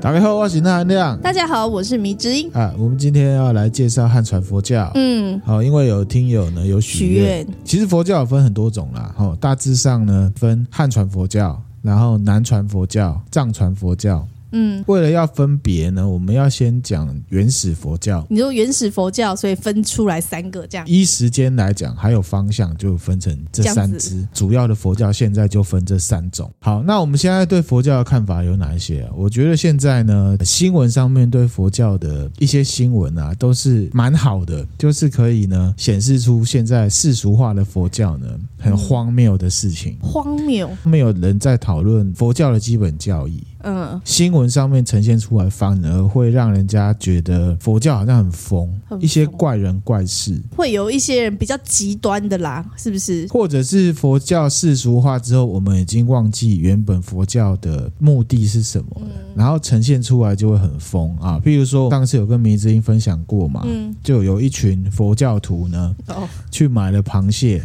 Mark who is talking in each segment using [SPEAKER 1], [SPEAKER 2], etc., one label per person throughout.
[SPEAKER 1] 打开后，我是那含亮
[SPEAKER 2] 大家好，我是迷之音。
[SPEAKER 1] 啊。我们今天要来介绍汉传佛教。
[SPEAKER 2] 嗯，
[SPEAKER 1] 好、因为有听友呢有许
[SPEAKER 2] 许
[SPEAKER 1] 愿，
[SPEAKER 2] 愿
[SPEAKER 1] 其实佛教有分很多种啦。好、大致上呢分汉传佛教，然后南传佛教、藏传佛教。
[SPEAKER 2] 嗯，
[SPEAKER 1] 为了要分别呢，我们要先讲原始佛教。
[SPEAKER 2] 你说原始佛教，所以分出来三个这样。
[SPEAKER 1] 依时间来讲，还有方向就分成这三
[SPEAKER 2] 这
[SPEAKER 1] 支主要的佛教，现在就分这三种。好，那我们现在对佛教的看法有哪一些啊、我觉得现在呢，新闻上面对佛教的一些新闻啊，都是蛮好的，就是可以呢显示出现在世俗化的佛教呢很荒谬的事情。
[SPEAKER 2] 荒谬，
[SPEAKER 1] 没有人在讨论佛教的基本教义，
[SPEAKER 2] 嗯，
[SPEAKER 1] 新闻上面呈现出来，反而会让人家觉得佛教好像很疯，
[SPEAKER 2] 很疯
[SPEAKER 1] 一些怪人怪事。
[SPEAKER 2] 会有一些人比较极端的啦，是不是？
[SPEAKER 1] 或者是佛教世俗化之后，我们已经忘记原本佛教的目的是什么了，
[SPEAKER 2] 嗯
[SPEAKER 1] 然后呈现出来就会很疯啊。譬如说，上次有跟迷之音分享过嘛，
[SPEAKER 2] 嗯，
[SPEAKER 1] 就有一群佛教徒呢
[SPEAKER 2] 哦，嗯
[SPEAKER 1] 去买了螃蟹，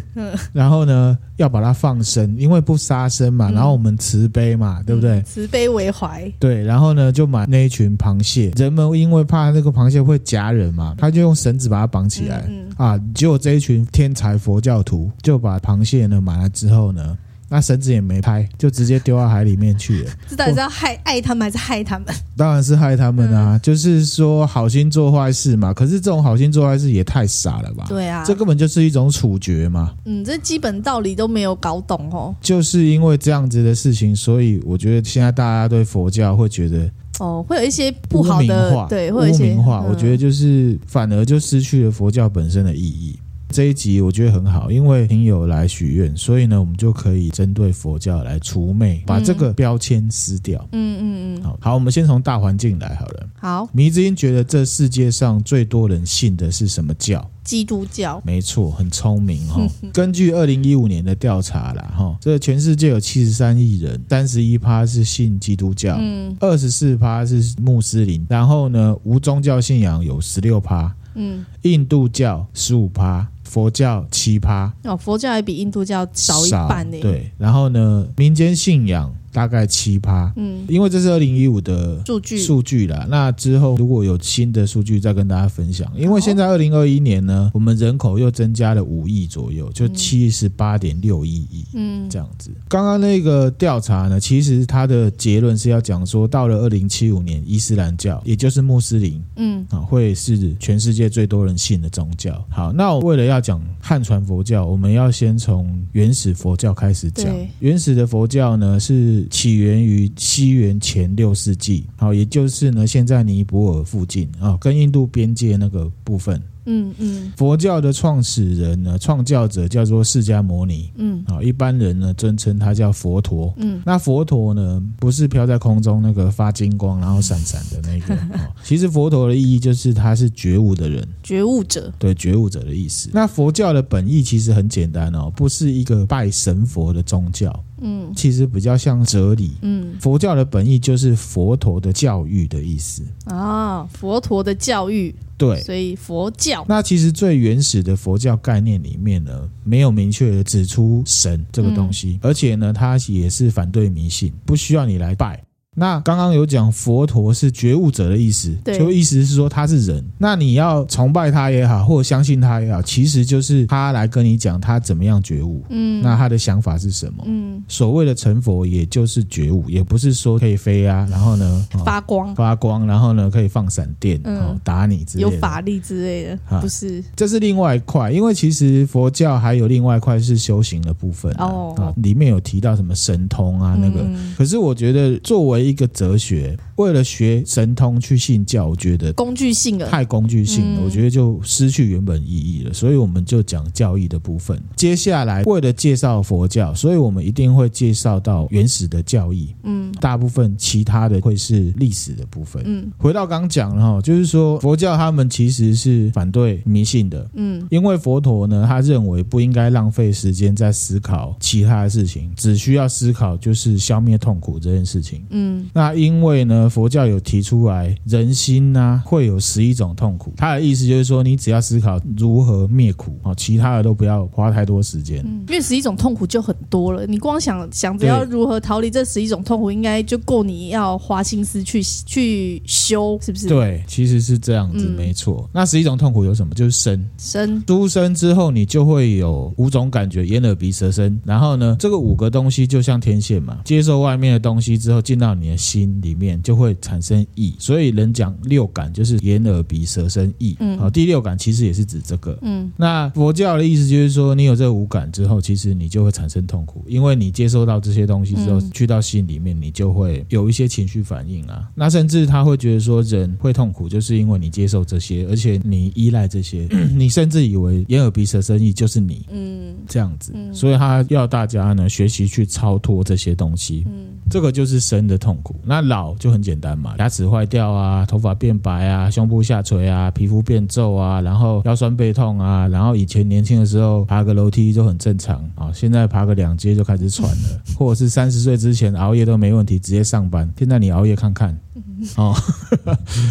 [SPEAKER 1] 然后呢要把它放生，因为不杀生
[SPEAKER 2] 嗯
[SPEAKER 1] 嘛，然后我们慈悲嘛，对不对？
[SPEAKER 2] 慈悲为怀，
[SPEAKER 1] 对，然后呢，就买那一群螃蟹。人们因为怕那个螃蟹会夹人嘛，他就用绳子把它绑起来。
[SPEAKER 2] 嗯
[SPEAKER 1] 啊，结果这一群天才佛教徒就把螃蟹呢买来之后呢，那绳子也没拍，就直接丢到海里面去 了。
[SPEAKER 2] 这到底是要害爱他们还是害他们？
[SPEAKER 1] 当然是害他们啊，
[SPEAKER 2] 嗯
[SPEAKER 1] 就是说好心做坏事嘛。可是这种好心做坏事也太傻了吧？、
[SPEAKER 2] 对啊，
[SPEAKER 1] 哦这根本就是一种处决嘛。
[SPEAKER 2] 嗯，这基本道理都没有搞懂哦。
[SPEAKER 1] 就是因为这样子的事情，所以我觉得现在大家对佛教会觉得
[SPEAKER 2] 哦，会有一些不
[SPEAKER 1] 污
[SPEAKER 2] 好
[SPEAKER 1] 名
[SPEAKER 2] 的
[SPEAKER 1] 化，，
[SPEAKER 2] 对，
[SPEAKER 1] 污
[SPEAKER 2] 会有一些
[SPEAKER 1] 名化，
[SPEAKER 2] 嗯
[SPEAKER 1] 我觉得就是反而就失去了佛教本身的意义。这一集我觉得很好，因为听友来许愿，所以呢，我们就可以针对佛教来除魅，把这个标签撕掉。
[SPEAKER 2] 嗯嗯嗯，
[SPEAKER 1] 好好，我们先从大环境来好了。
[SPEAKER 2] 好，
[SPEAKER 1] 迷之音觉得这世界上最多人信的是什么教？
[SPEAKER 2] 基督教，
[SPEAKER 1] 没错，很聪明哈、 根据二零一五年的调查啦，哈、这全世界有七十三亿人，三十一趴是信基督教，
[SPEAKER 2] 嗯
[SPEAKER 1] 二十四趴是穆斯林，然后呢，无宗教信仰有十六趴，
[SPEAKER 2] 嗯，
[SPEAKER 1] 印度教十五趴，佛教七趴，
[SPEAKER 2] 哦，佛教也比印度教少一半欸呢。，
[SPEAKER 1] 对，然后呢，民间信仰大概七趴，
[SPEAKER 2] 嗯，
[SPEAKER 1] 因为这是二零一五的
[SPEAKER 2] 数据
[SPEAKER 1] 数据啦。那之后如果有新的数据再跟大家分享，因为现在二零二一年呢，我们人口又增加了五亿左右，就七十八点六一亿。
[SPEAKER 2] 嗯
[SPEAKER 1] 这样子，刚刚那个调查呢，其实它的结论是要讲说，到了二零七五年，伊斯兰教，也就是穆斯林
[SPEAKER 2] 嗯，
[SPEAKER 1] 啊，会是全世界最多人信的宗教。好，那我为了要讲汉传佛教，我们要先从原始佛教开始讲
[SPEAKER 2] 对。
[SPEAKER 1] 原始的佛教呢，是起源于西元前六世纪，好，也就是呢现在尼泊尔附近啊，跟印度边界那个部分。
[SPEAKER 2] 嗯嗯
[SPEAKER 1] 佛教的创始人呢，创教者叫做释迦牟尼。
[SPEAKER 2] 嗯
[SPEAKER 1] 啊，一般人呢尊称他叫佛陀。
[SPEAKER 2] 嗯，
[SPEAKER 1] 那佛陀呢，不是飘在空中那个发金光然后闪闪的那个、哦。其实佛陀的意义就是他是觉悟的人，
[SPEAKER 2] 觉悟者，
[SPEAKER 1] 对觉悟者的意思。那佛教的本意其实很简单哦，不是一个拜神佛的宗教，
[SPEAKER 2] 嗯
[SPEAKER 1] 其实比较像哲理。
[SPEAKER 2] 嗯
[SPEAKER 1] 佛教的本意就是佛陀的教育的意思。
[SPEAKER 2] 啊，佛陀的教育，
[SPEAKER 1] 对，
[SPEAKER 2] 所以佛教，
[SPEAKER 1] 那其实最原始的佛教概念里面呢，没有明确的指出神这个东
[SPEAKER 2] 嗯
[SPEAKER 1] 西，而且呢，它也是反对迷信，不需要你来拜。那刚刚有讲佛陀是觉悟者的意思，
[SPEAKER 2] 对
[SPEAKER 1] 就意思是说他是人。那你要崇拜他也好，或者相信他也好，其实就是他来跟你讲他怎么样觉悟，
[SPEAKER 2] 嗯
[SPEAKER 1] 那他的想法是什么。
[SPEAKER 2] 嗯
[SPEAKER 1] 所谓的成佛，也就是觉悟，也不是说可以飞啊，然后呢、哦
[SPEAKER 2] 发光，
[SPEAKER 1] 发光，然后呢可以放闪电、
[SPEAKER 2] 嗯
[SPEAKER 1] 哦打你之类
[SPEAKER 2] 有
[SPEAKER 1] 的。
[SPEAKER 2] 法力之类
[SPEAKER 1] 啊
[SPEAKER 2] 的，不是？
[SPEAKER 1] 这是另外一块，因为其实佛教还有另外一块是修行的部分、啊、
[SPEAKER 2] 哦
[SPEAKER 1] 啊，里面有提到什么神通啊那个。
[SPEAKER 2] 嗯
[SPEAKER 1] 可是我觉得作为一个哲学，为了学神通去信教，我觉得
[SPEAKER 2] 工具性的，
[SPEAKER 1] 太工具性了，
[SPEAKER 2] 嗯
[SPEAKER 1] 我觉得就失去原本意义了。所以我们就讲教义的部分。接下来为了介绍佛教，所以我们一定会介绍到原始的教义，
[SPEAKER 2] 嗯
[SPEAKER 1] 大部分其他的会是历史的部分。
[SPEAKER 2] 嗯
[SPEAKER 1] 回到刚讲了哈，就是说佛教他们其实是反对迷信的，
[SPEAKER 2] 嗯
[SPEAKER 1] 因为佛陀呢，他认为不应该浪费时间在思考其他的事情，只需要思考就是消灭痛苦这件事情。
[SPEAKER 2] 嗯嗯
[SPEAKER 1] 那因为呢，佛教有提出来，人心呐、会有十一种痛苦。他的意思就是说，你只要思考如何灭苦啊，哦其他的都不要花太多时间。
[SPEAKER 2] 嗯，因为十一种痛苦就很多了，你光想想着要
[SPEAKER 1] 对
[SPEAKER 2] 如何逃离这十一种痛苦，应该就够你要花心思去去修，是不是？，
[SPEAKER 1] 对，其实是这样子，
[SPEAKER 2] 嗯
[SPEAKER 1] 没错。那十一种痛苦有什么？就是生，
[SPEAKER 2] 生
[SPEAKER 1] 出生之后，你就会有五种感觉：眼、耳、鼻、舌、身。然后呢，这个五个东西就像天线嘛，接受外面的东西之后，进到你的心里面，就会产生意。所以人讲六感就是眼、耳、鼻、舌、身、意。
[SPEAKER 2] 嗯
[SPEAKER 1] 好，第六感其实也是指这个。
[SPEAKER 2] 嗯
[SPEAKER 1] 那佛教的意思就是说，你有这五感之后，其实你就会产生痛苦，因为你接收到这些东西之后，
[SPEAKER 2] 嗯
[SPEAKER 1] 去到心里面，你就会有一些情绪反应啊。那甚至他会觉得说，人会痛苦，就是因为你接受这些，而且你依赖这些，你甚至以为眼耳鼻舌身意就是你
[SPEAKER 2] 嗯
[SPEAKER 1] 这样子。
[SPEAKER 2] 嗯
[SPEAKER 1] 所以他要大家呢学习去超脱这些东西，
[SPEAKER 2] 嗯
[SPEAKER 1] 这个就是生的痛苦。那老就很简单嘛，牙齿坏掉啊，头发变白啊，胸部下垂啊，皮肤变皱啊，然后腰酸背痛啊，然后以前年轻的时候爬个楼梯就很正常啊，现在爬个两阶就开始喘 了，或者是三十岁之前熬夜都没问题，直接上班。现在你熬夜看看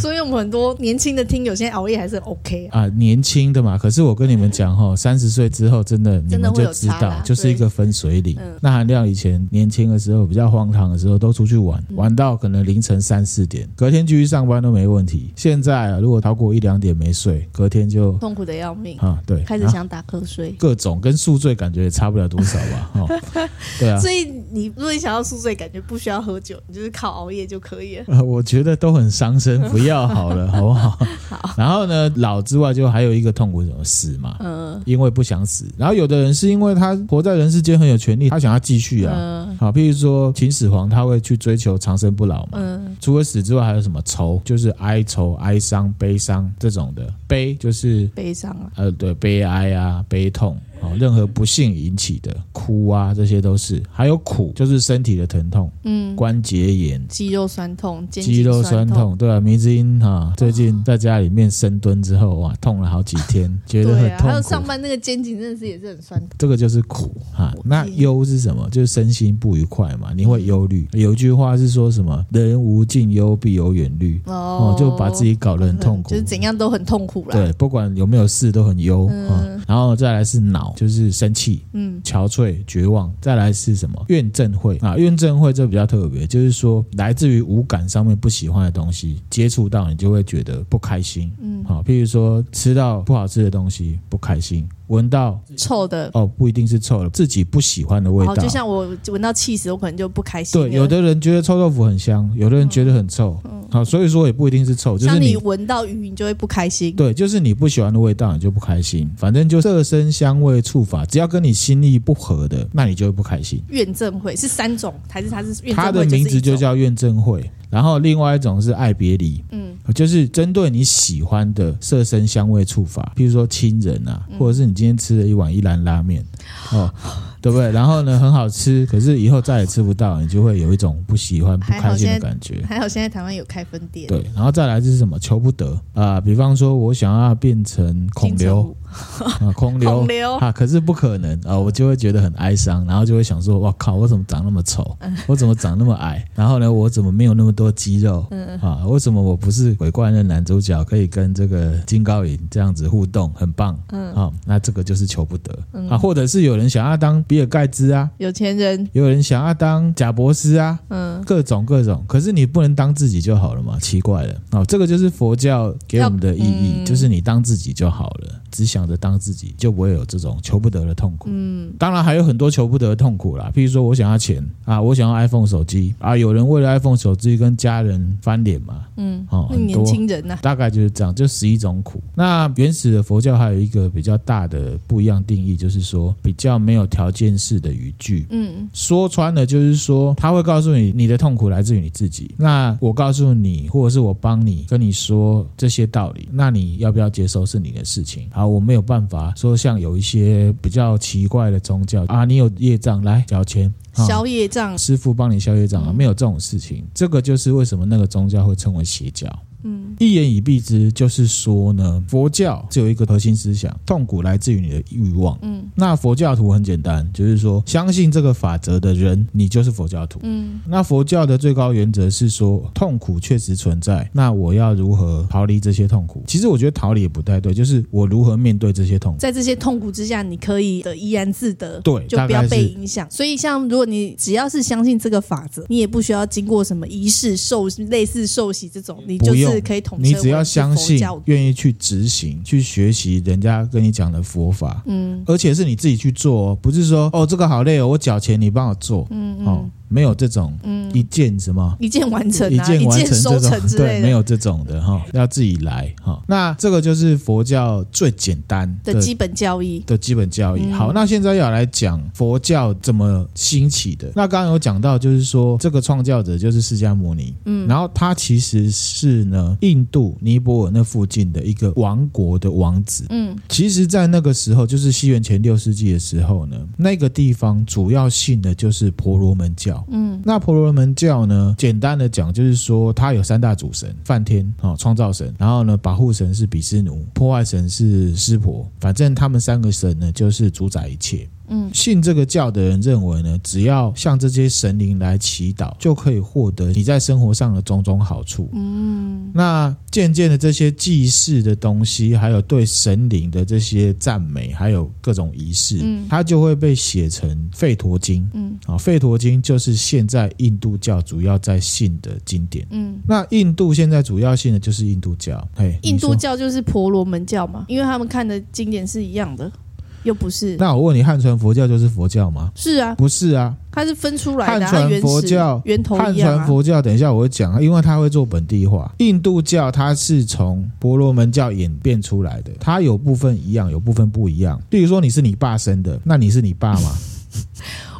[SPEAKER 2] 所以我们很多年轻的听友现在熬夜还是很 OK 啊。
[SPEAKER 1] 啊，年轻的嘛。可是我跟你们讲 哈、哦，三十岁之后真的你
[SPEAKER 2] 真的
[SPEAKER 1] 们
[SPEAKER 2] 会
[SPEAKER 1] 就
[SPEAKER 2] 有
[SPEAKER 1] 知
[SPEAKER 2] 差
[SPEAKER 1] 道
[SPEAKER 2] 啦，
[SPEAKER 1] 就是一个分水岭
[SPEAKER 2] 嗯。
[SPEAKER 1] 那韩亮以前年轻的时候比较荒唐的时候，都出去玩，
[SPEAKER 2] 嗯
[SPEAKER 1] 玩到可能凌晨三四点，隔天继续上班都没问题。现在啊如果超过一两点没睡，隔天就
[SPEAKER 2] 痛苦的要命，
[SPEAKER 1] 啊对，
[SPEAKER 2] 开始
[SPEAKER 1] 啊
[SPEAKER 2] 想打瞌睡。
[SPEAKER 1] 各种跟宿醉感觉也差不了多少吧， 哦，对啊。
[SPEAKER 2] 所以你如果你想要宿醉，感觉不需要喝酒，你就是靠熬夜就可以了。
[SPEAKER 1] 呃，我觉得都很伤身，不要好了，好不好？
[SPEAKER 2] 嗯 好。
[SPEAKER 1] 然后呢，老之外就还有一个痛苦，什么死嘛，
[SPEAKER 2] 嗯
[SPEAKER 1] 因为不想死。然后有的人是因为他活在人世间很有权利，他想要继续啊。
[SPEAKER 2] 嗯
[SPEAKER 1] 好，譬如说秦始皇，他会去追求长生不老嘛。
[SPEAKER 2] 嗯
[SPEAKER 1] 除了死之外，还有什么愁？就是哀愁、哀伤、悲伤这种的。悲就是
[SPEAKER 2] 悲伤啊，
[SPEAKER 1] 呃，对，悲哀啊，悲痛哦，任何不幸引起的哭啊，这些都是。还有苦，就是身体的疼痛，
[SPEAKER 2] 嗯，
[SPEAKER 1] 关节炎、
[SPEAKER 2] 肌肉酸痛，肩
[SPEAKER 1] 肌
[SPEAKER 2] 颈
[SPEAKER 1] 肉酸
[SPEAKER 2] 酸，
[SPEAKER 1] 痛，对啊，迷之音哈，最近在家里面深蹲之后，哇，痛了好几 天，觉得很
[SPEAKER 2] 对啊，还有
[SPEAKER 1] 痛
[SPEAKER 2] 上
[SPEAKER 1] 苦。
[SPEAKER 2] 班那个肩颈真的是也是很酸痛。
[SPEAKER 1] 这个就是苦哈
[SPEAKER 2] 苦。
[SPEAKER 1] 那忧是什么？就是身心不愉快嘛，你会忧虑。
[SPEAKER 2] 嗯
[SPEAKER 1] 有一句话是说什么“人无近忧，必有远虑”，
[SPEAKER 2] 哦
[SPEAKER 1] 哦，就把自己搞得很痛苦
[SPEAKER 2] 就是。怎样都很痛苦啦。
[SPEAKER 1] 对，不管有没有事都很忧啊。然后再来是恼，就是生气。
[SPEAKER 2] 嗯
[SPEAKER 1] 憔悴、绝望，再来是什么？怨憎会啊，怨憎会这比较特别，就是说来自于五感上面不喜欢的东西，接触到你就会觉得不开心。
[SPEAKER 2] 嗯，
[SPEAKER 1] 好，譬如说吃到不好吃的东西不开心，闻到
[SPEAKER 2] 臭的，
[SPEAKER 1] 哦不一定是臭的，自己不喜欢的味
[SPEAKER 2] 然
[SPEAKER 1] 道。
[SPEAKER 2] 后哦就像我闻到气死，我可能就不开心了。
[SPEAKER 1] 对，有的人觉得臭豆腐很香，有的人觉得很臭。好，所以说也不一定是臭，就是
[SPEAKER 2] 嗯像
[SPEAKER 1] 你
[SPEAKER 2] 你闻到鱼，你就会不开心。
[SPEAKER 1] 对，就是你不喜欢的味道，你就不开心。反正就色身香味触法，只要跟你心意不合的，那你就会不开心。
[SPEAKER 2] 怨憎会是三种，还是它是怨憎会？
[SPEAKER 1] 它的名字就是
[SPEAKER 2] 一种
[SPEAKER 1] 叫怨憎会，然后另外一种是爱别离，哦
[SPEAKER 2] 嗯
[SPEAKER 1] 就是针对你喜欢的色身香味触法，譬如说亲人啊，
[SPEAKER 2] 嗯
[SPEAKER 1] 或者是你今天吃了一碗一兰拉面，哦，对不对？然后呢，很好吃，可是以后再也吃不到，你就会有一种不喜欢、不
[SPEAKER 2] 还好
[SPEAKER 1] 开心的
[SPEAKER 2] 现在
[SPEAKER 1] 感觉。
[SPEAKER 2] 还好现在台湾有开分店。
[SPEAKER 1] 对，然后再来就是什么求不得啊、比方说我想要变成孔
[SPEAKER 2] 金城
[SPEAKER 1] 刘
[SPEAKER 2] 武，
[SPEAKER 1] 啊，孔刘
[SPEAKER 2] 孔刘，
[SPEAKER 1] 啊，可是不可能啊，我就会觉得很哀伤，然后就会想说，哇靠，我怎么长那么丑？我怎么长那么矮？然后呢，我怎么没有那么多肌肉？啊，为什么我不是鬼怪的男主角，可以跟这个金高银这样子互动，很棒？啊，那这个就是求不得啊，或者是有人想要当比尔盖茨啊，
[SPEAKER 2] 有钱人，
[SPEAKER 1] 有人想要当贾博斯啊，
[SPEAKER 2] 嗯，
[SPEAKER 1] 各种各种，可是你不能当自己就好了嘛？奇怪了，哦，这个就是佛教给我们的意义，
[SPEAKER 2] 要嗯
[SPEAKER 1] 就是你当自己就好了，只想着当自己，就不会有这种求不得的痛苦。嗯，当然还有很多求不得的痛苦啦，譬如说我想要钱啊，我想要 iPhone 手机啊，有人为了 iPhone 手机跟家人翻脸嘛，
[SPEAKER 2] 嗯，
[SPEAKER 1] 哦，
[SPEAKER 2] 那
[SPEAKER 1] 很
[SPEAKER 2] 年
[SPEAKER 1] 多。
[SPEAKER 2] 轻人啊呐、
[SPEAKER 1] 大概就是这样，就十一种苦。那原始的佛教还有一个比较大的不一样定义，就是说比较没有条件式的语句，
[SPEAKER 2] 嗯
[SPEAKER 1] 说穿了就是说，他会告诉你你的痛苦来自于你自己。那我告诉你，或者是我帮你跟你说这些道理，那你要不要接受是你的事情。好，我没有办法说像有一些比较奇怪的宗教啊，你有业障来交钱，啊
[SPEAKER 2] 消业障，
[SPEAKER 1] 师傅帮你消业障啊，
[SPEAKER 2] 嗯
[SPEAKER 1] 没有这种事情。这个就是为什么那个宗教会称为邪教。
[SPEAKER 2] 嗯
[SPEAKER 1] 一言以蔽之，就是说呢，佛教只有一个核心思想：痛苦来自于你的欲望。
[SPEAKER 2] 嗯
[SPEAKER 1] 那佛教徒很简单，就是说相信这个法则的人，你就是佛教徒。
[SPEAKER 2] 嗯
[SPEAKER 1] 那佛教的最高原则是说，痛苦确实存在，那我要如何逃离这些痛苦？其实我觉得逃离也不太对，就是我如何面对这些痛苦。
[SPEAKER 2] 在这些痛苦之下，你可以的怡然自得，
[SPEAKER 1] 对
[SPEAKER 2] 就
[SPEAKER 1] 大
[SPEAKER 2] 不要
[SPEAKER 1] 概
[SPEAKER 2] 被
[SPEAKER 1] 是
[SPEAKER 2] 影响。所以，像如果你只要是相信这个法则，你也不需要经过什么仪式受类似受洗这种，你
[SPEAKER 1] 不
[SPEAKER 2] 就是
[SPEAKER 1] 用
[SPEAKER 2] 可以统
[SPEAKER 1] 你
[SPEAKER 2] 称
[SPEAKER 1] 只
[SPEAKER 2] 为
[SPEAKER 1] 要
[SPEAKER 2] 是
[SPEAKER 1] 相
[SPEAKER 2] 佛
[SPEAKER 1] 信
[SPEAKER 2] 教，
[SPEAKER 1] 愿意去执行，去学习人家跟你讲的佛法，
[SPEAKER 2] 嗯
[SPEAKER 1] 而且是你自己去做、哦，不是说哦这个好累哦，我缴钱你帮我做，
[SPEAKER 2] 嗯
[SPEAKER 1] 哦
[SPEAKER 2] 嗯，
[SPEAKER 1] 没有这种
[SPEAKER 2] 嗯，
[SPEAKER 1] 一键什么。
[SPEAKER 2] 一键完成
[SPEAKER 1] 一
[SPEAKER 2] 啊，一
[SPEAKER 1] 键完
[SPEAKER 2] 键
[SPEAKER 1] 成
[SPEAKER 2] 收
[SPEAKER 1] 这
[SPEAKER 2] 成
[SPEAKER 1] 种，
[SPEAKER 2] 之
[SPEAKER 1] 对，
[SPEAKER 2] 类
[SPEAKER 1] 没
[SPEAKER 2] 的
[SPEAKER 1] 有这种的哈，要自己来哈。那这个就是佛教最简单
[SPEAKER 2] 的基本教义。
[SPEAKER 1] 的基本教义。
[SPEAKER 2] 嗯
[SPEAKER 1] 好，那现在要来讲佛教怎么兴起的。那刚刚有讲到，就是说这个创教者就是释迦牟尼，嗯，然后他其实是呢印度尼泊尔那附近的一个王国的王子。
[SPEAKER 2] 嗯
[SPEAKER 1] 其实，在那个时候，就是西元前六世纪的时候呢，那个地方主要信的就是婆罗门教。
[SPEAKER 2] 嗯
[SPEAKER 1] 那婆罗门教呢，简单的讲就是说，它有三大主神：梵天啊、哦创造神，然后呢，保护神是比湿奴，破坏神是湿婆。反正他们三个神呢，就是主宰一切。
[SPEAKER 2] 嗯
[SPEAKER 1] 信这个教的人认为呢，只要向这些神灵来祈祷，就可以获得你在生活上的种种好处。
[SPEAKER 2] 嗯
[SPEAKER 1] 那渐渐的，这些祭祀的东西，还有对神灵的这些赞美，还有各种仪式，
[SPEAKER 2] 嗯
[SPEAKER 1] 它就会被写成《吠陀经》。
[SPEAKER 2] 嗯
[SPEAKER 1] 啊，《吠陀经》就是现在印度教主要在信的经典。
[SPEAKER 2] 嗯，
[SPEAKER 1] 那印度现在主要信的就是印度教，嘿，
[SPEAKER 2] 印度
[SPEAKER 1] 你说。
[SPEAKER 2] 教就是婆罗门教嘛，因为他们看的经典是一样的，又不是。
[SPEAKER 1] 那我问你，汉传佛教就是佛教吗？
[SPEAKER 2] 是啊，
[SPEAKER 1] 不是啊，
[SPEAKER 2] 它是分出来的
[SPEAKER 1] 汉
[SPEAKER 2] 啊，
[SPEAKER 1] 传
[SPEAKER 2] 它原始
[SPEAKER 1] 佛教
[SPEAKER 2] 源头
[SPEAKER 1] 汉
[SPEAKER 2] 一样
[SPEAKER 1] 传
[SPEAKER 2] 啊。
[SPEAKER 1] 佛教，等一下我会讲，因为它会做本地化。印度教它是从婆罗门教演变出来的，它有部分一样，有部分不一样。例如说你是你爸生的，那你是你爸 嘛？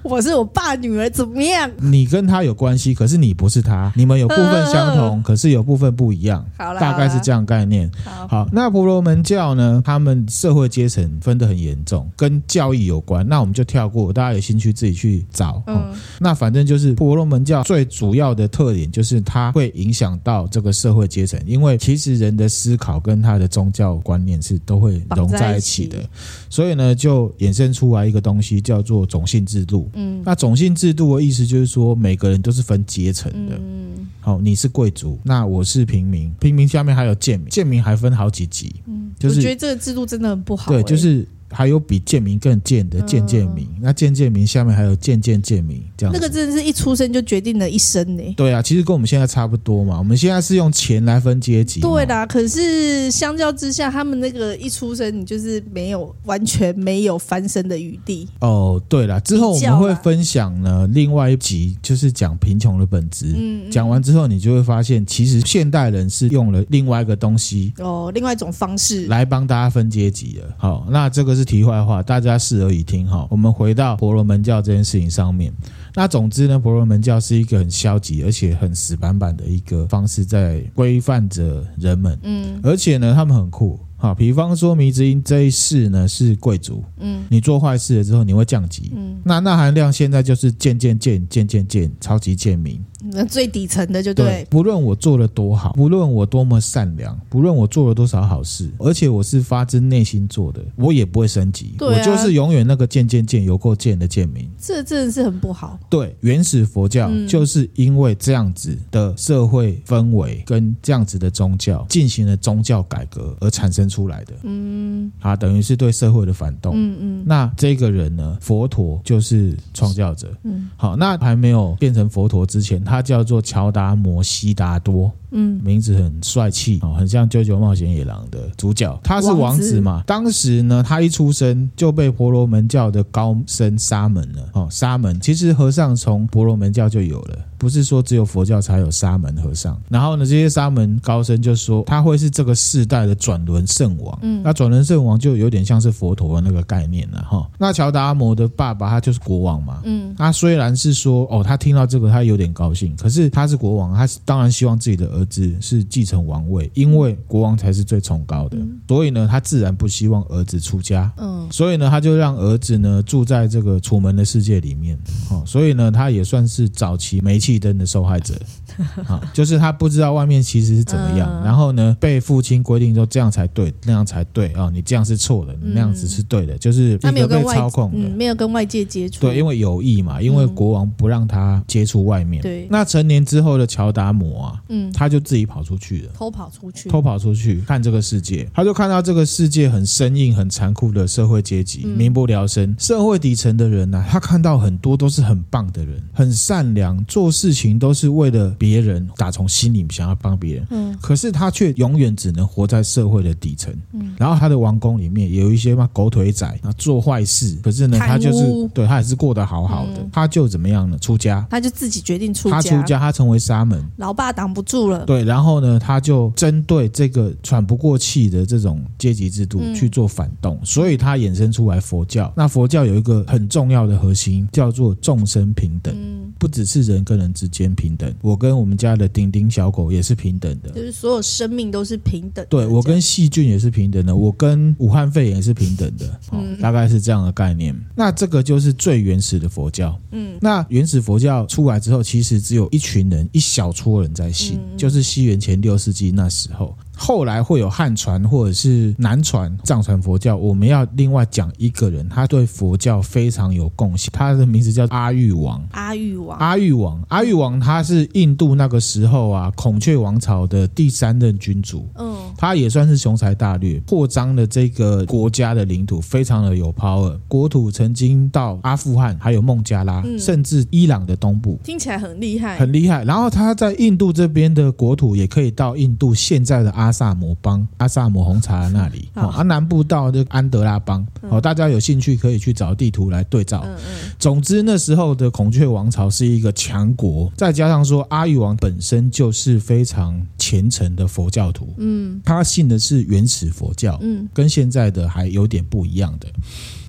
[SPEAKER 2] 我是我爸女儿，怎么样？
[SPEAKER 1] 你跟他有关系，可是你不是他，你们有部分相同，可是有部分不一样，
[SPEAKER 2] 呃好啦，
[SPEAKER 1] 大概是这
[SPEAKER 2] 样。
[SPEAKER 1] 样概念。
[SPEAKER 2] 好，
[SPEAKER 1] 好，那婆罗门教呢？他们社会阶层分得很严重，跟教义有关。那我们就跳过，大家有兴趣自己去找。嗯、
[SPEAKER 2] 嗯
[SPEAKER 1] 那反正就是婆罗门教最主要的特点，就是它会影响到这个社会阶层，因为其实人的思考跟他的宗教观念是都会融在一起的
[SPEAKER 2] 绑在一起，
[SPEAKER 1] 所以呢，就衍生出来一个东西叫做种姓制度。
[SPEAKER 2] 嗯
[SPEAKER 1] 那种姓制度的意思就是说，每个人都是分阶层的。
[SPEAKER 2] 嗯
[SPEAKER 1] 好、你是贵族，那我是平民，平民下面还有贱民，贱民还分好几级，
[SPEAKER 2] 嗯，
[SPEAKER 1] 就是
[SPEAKER 2] 我觉得这个制度真的很不好
[SPEAKER 1] 对，
[SPEAKER 2] 欸。
[SPEAKER 1] 就是还有比贱民更贱的贱贱民，那贱贱民下面还有贱贱贱民这样
[SPEAKER 2] 那
[SPEAKER 1] 子。
[SPEAKER 2] 个真的是一出生就决定了一生欸呢。
[SPEAKER 1] 对啊，其实跟我们现在差不多嘛，我们现在是用钱来分阶级。
[SPEAKER 2] 对。啦，可是相较之下，他们那个一出生，你就是没有完全没有翻身的余地。
[SPEAKER 1] 哦，对啦，之后我
[SPEAKER 2] 比
[SPEAKER 1] 们
[SPEAKER 2] 较
[SPEAKER 1] 会
[SPEAKER 2] 啦
[SPEAKER 1] 分享呢另外一集，就是讲贫穷的本质。
[SPEAKER 2] 嗯，嗯
[SPEAKER 1] 讲完之后，你就会发现，其实现代人是用了另外一个东西
[SPEAKER 2] 哦，另外一种方式。
[SPEAKER 1] 来帮大家分阶级的。好，那这个是题外话，大家适而以听哈。我们回到婆罗门教这件事情上面。那总之呢，婆罗门教是一个很消极而且很死板板的一个方式，在规范着人们。
[SPEAKER 2] 嗯
[SPEAKER 1] 而且呢，他们很酷。好，比方说迷之音这一世呢是贵族，
[SPEAKER 2] 嗯
[SPEAKER 1] 你做坏事了之后你会降级。
[SPEAKER 2] 嗯，
[SPEAKER 1] 那那含量现在就是贱贱贱贱贱贱，超级贱民。
[SPEAKER 2] 那最底层的就对。
[SPEAKER 1] 不论我做了多好，不论我多么善良，不论我做了多少好事，而且我是发自内心做的，我也不会升级。
[SPEAKER 2] 对啊
[SPEAKER 1] 我就是永远那个贱贱贱、有够贱的贱民。
[SPEAKER 2] 这真的是很不好。
[SPEAKER 1] 对，原始佛教
[SPEAKER 2] 嗯
[SPEAKER 1] 就是因为这样子的社会氛围跟这样子的宗教进行了宗教改革而产生出来的。
[SPEAKER 2] 嗯
[SPEAKER 1] 啊，等于是对社会的反动。
[SPEAKER 2] 嗯嗯
[SPEAKER 1] 那这个人呢，佛陀就是创造者。
[SPEAKER 2] 嗯
[SPEAKER 1] 好，那还没有变成佛陀之前，他叫做乔达摩悉达多。
[SPEAKER 2] 嗯
[SPEAKER 1] 名字很帅气哦，很像《啾啾冒险野狼》的主角，他是王子
[SPEAKER 2] 嗯
[SPEAKER 1] 嘛。当时呢，他一出生就被婆罗门教的高僧沙门了哦，沙门其实和尚从婆罗门教就有了。不是说只有佛教才有沙门和尚，然后呢，这些沙门高僧就说他会是这个世代的转轮圣王，
[SPEAKER 2] 嗯
[SPEAKER 1] 那转轮圣王就有点像是佛陀的那个概念了哈、那乔达摩的爸爸他就是国王嘛，
[SPEAKER 2] 嗯
[SPEAKER 1] 他虽然是说哦，他听到这个他有点高兴，可是他是国王，他当然希望自己的儿儿子是继承王位，因为国王才是最崇高的，所以呢，他自然不希望儿子出家。
[SPEAKER 2] 嗯，
[SPEAKER 1] 所以呢，他就让儿子呢住在这个楚门的世界里面，哦，所以呢，他也算是早期煤气灯的受害 者，啊、就是他不知道外面其实是怎么样，
[SPEAKER 2] 嗯
[SPEAKER 1] 然后呢，被父亲规定说这样才对，那样才对啊、你这样是错的，你那样子是对的，就是
[SPEAKER 2] 嗯他没
[SPEAKER 1] 一
[SPEAKER 2] 有
[SPEAKER 1] 个被
[SPEAKER 2] 跟外
[SPEAKER 1] 操控的，
[SPEAKER 2] 嗯没有跟外界接触，
[SPEAKER 1] 对，因
[SPEAKER 2] 为
[SPEAKER 1] 为有意嘛，因为
[SPEAKER 2] 嗯
[SPEAKER 1] 国王不让他接触外面。
[SPEAKER 2] 对
[SPEAKER 1] 那成年之后的乔达姆啊，
[SPEAKER 2] 嗯
[SPEAKER 1] 他就自己跑出去了。
[SPEAKER 2] 偷跑出去，
[SPEAKER 1] 偷跑出去看这个世界，他就看到这个世界很生硬、很残酷的社会阶级，
[SPEAKER 2] 嗯
[SPEAKER 1] 民不聊生。社会底层的人呐、啊他看到很多都是很棒的人，很善良，做事情都是为了别人，打从心里想要帮别人。
[SPEAKER 2] 嗯
[SPEAKER 1] 可是他却永远只能活在社会的底层。
[SPEAKER 2] 嗯
[SPEAKER 1] 然后他的王宫里面也有一些嘛狗腿仔啊，做坏事，可是呢，
[SPEAKER 2] 贪污
[SPEAKER 1] 他就是对他也是过得好好的，
[SPEAKER 2] 嗯
[SPEAKER 1] 他就怎么样呢？出家，
[SPEAKER 2] 他就自己决定出
[SPEAKER 1] 他出家，他成为沙门。
[SPEAKER 2] 老爸挡不住了，
[SPEAKER 1] 对，然后呢，他就针对这个喘不过气的这种阶级制度
[SPEAKER 2] 嗯
[SPEAKER 1] 去做反动，所以他衍生出来佛教。那佛教有一个很重要的核心，叫做众生平等，
[SPEAKER 2] 嗯，
[SPEAKER 1] 不只是人跟人之间平等，我跟我们家的丁丁小狗也是平等的
[SPEAKER 2] 就。是所有生命都是平等的，
[SPEAKER 1] 对我
[SPEAKER 2] 这样
[SPEAKER 1] 跟细菌也是平等的，我跟武汉肺炎也是平等的，哦
[SPEAKER 2] 嗯
[SPEAKER 1] 大概是这样的概念。那这个就是最原始的佛教。
[SPEAKER 2] 嗯
[SPEAKER 1] 那原始佛教出来之后，其实只有一群人，一小撮人在信，
[SPEAKER 2] 嗯
[SPEAKER 1] 就是西元前六世纪那时候。后来会有汉传或者是南传、藏传佛教。我们要另外讲一个人，他对佛教非常有贡献，他的名字叫阿育王。
[SPEAKER 2] 阿育王，
[SPEAKER 1] 阿育王，阿育王他是印度那个时候啊孔雀王朝的第三任君主。
[SPEAKER 2] 嗯
[SPEAKER 1] 他也算是雄才大略，扩张了这个国家的领土，非常的有 power。国土曾经到阿富汗，还有孟加拉，
[SPEAKER 2] 嗯
[SPEAKER 1] 甚至伊朗的东部。
[SPEAKER 2] 听起来很厉害，
[SPEAKER 1] 很厉害，然后他在印度这边的国土也可以到印度现在的阿萨姆邦、阿萨姆红茶那里，
[SPEAKER 2] 好
[SPEAKER 1] 哦，啊南部到这个安德拉邦，哦，大家有兴趣可以去找地图来对照。
[SPEAKER 2] 嗯嗯
[SPEAKER 1] 总之，那时候的孔雀王朝是一个强国，再加上说阿育王本身就是非常虔诚的佛教徒，
[SPEAKER 2] 嗯
[SPEAKER 1] 他信的是原始佛教，
[SPEAKER 2] 嗯
[SPEAKER 1] 跟现在的还有点不一样的。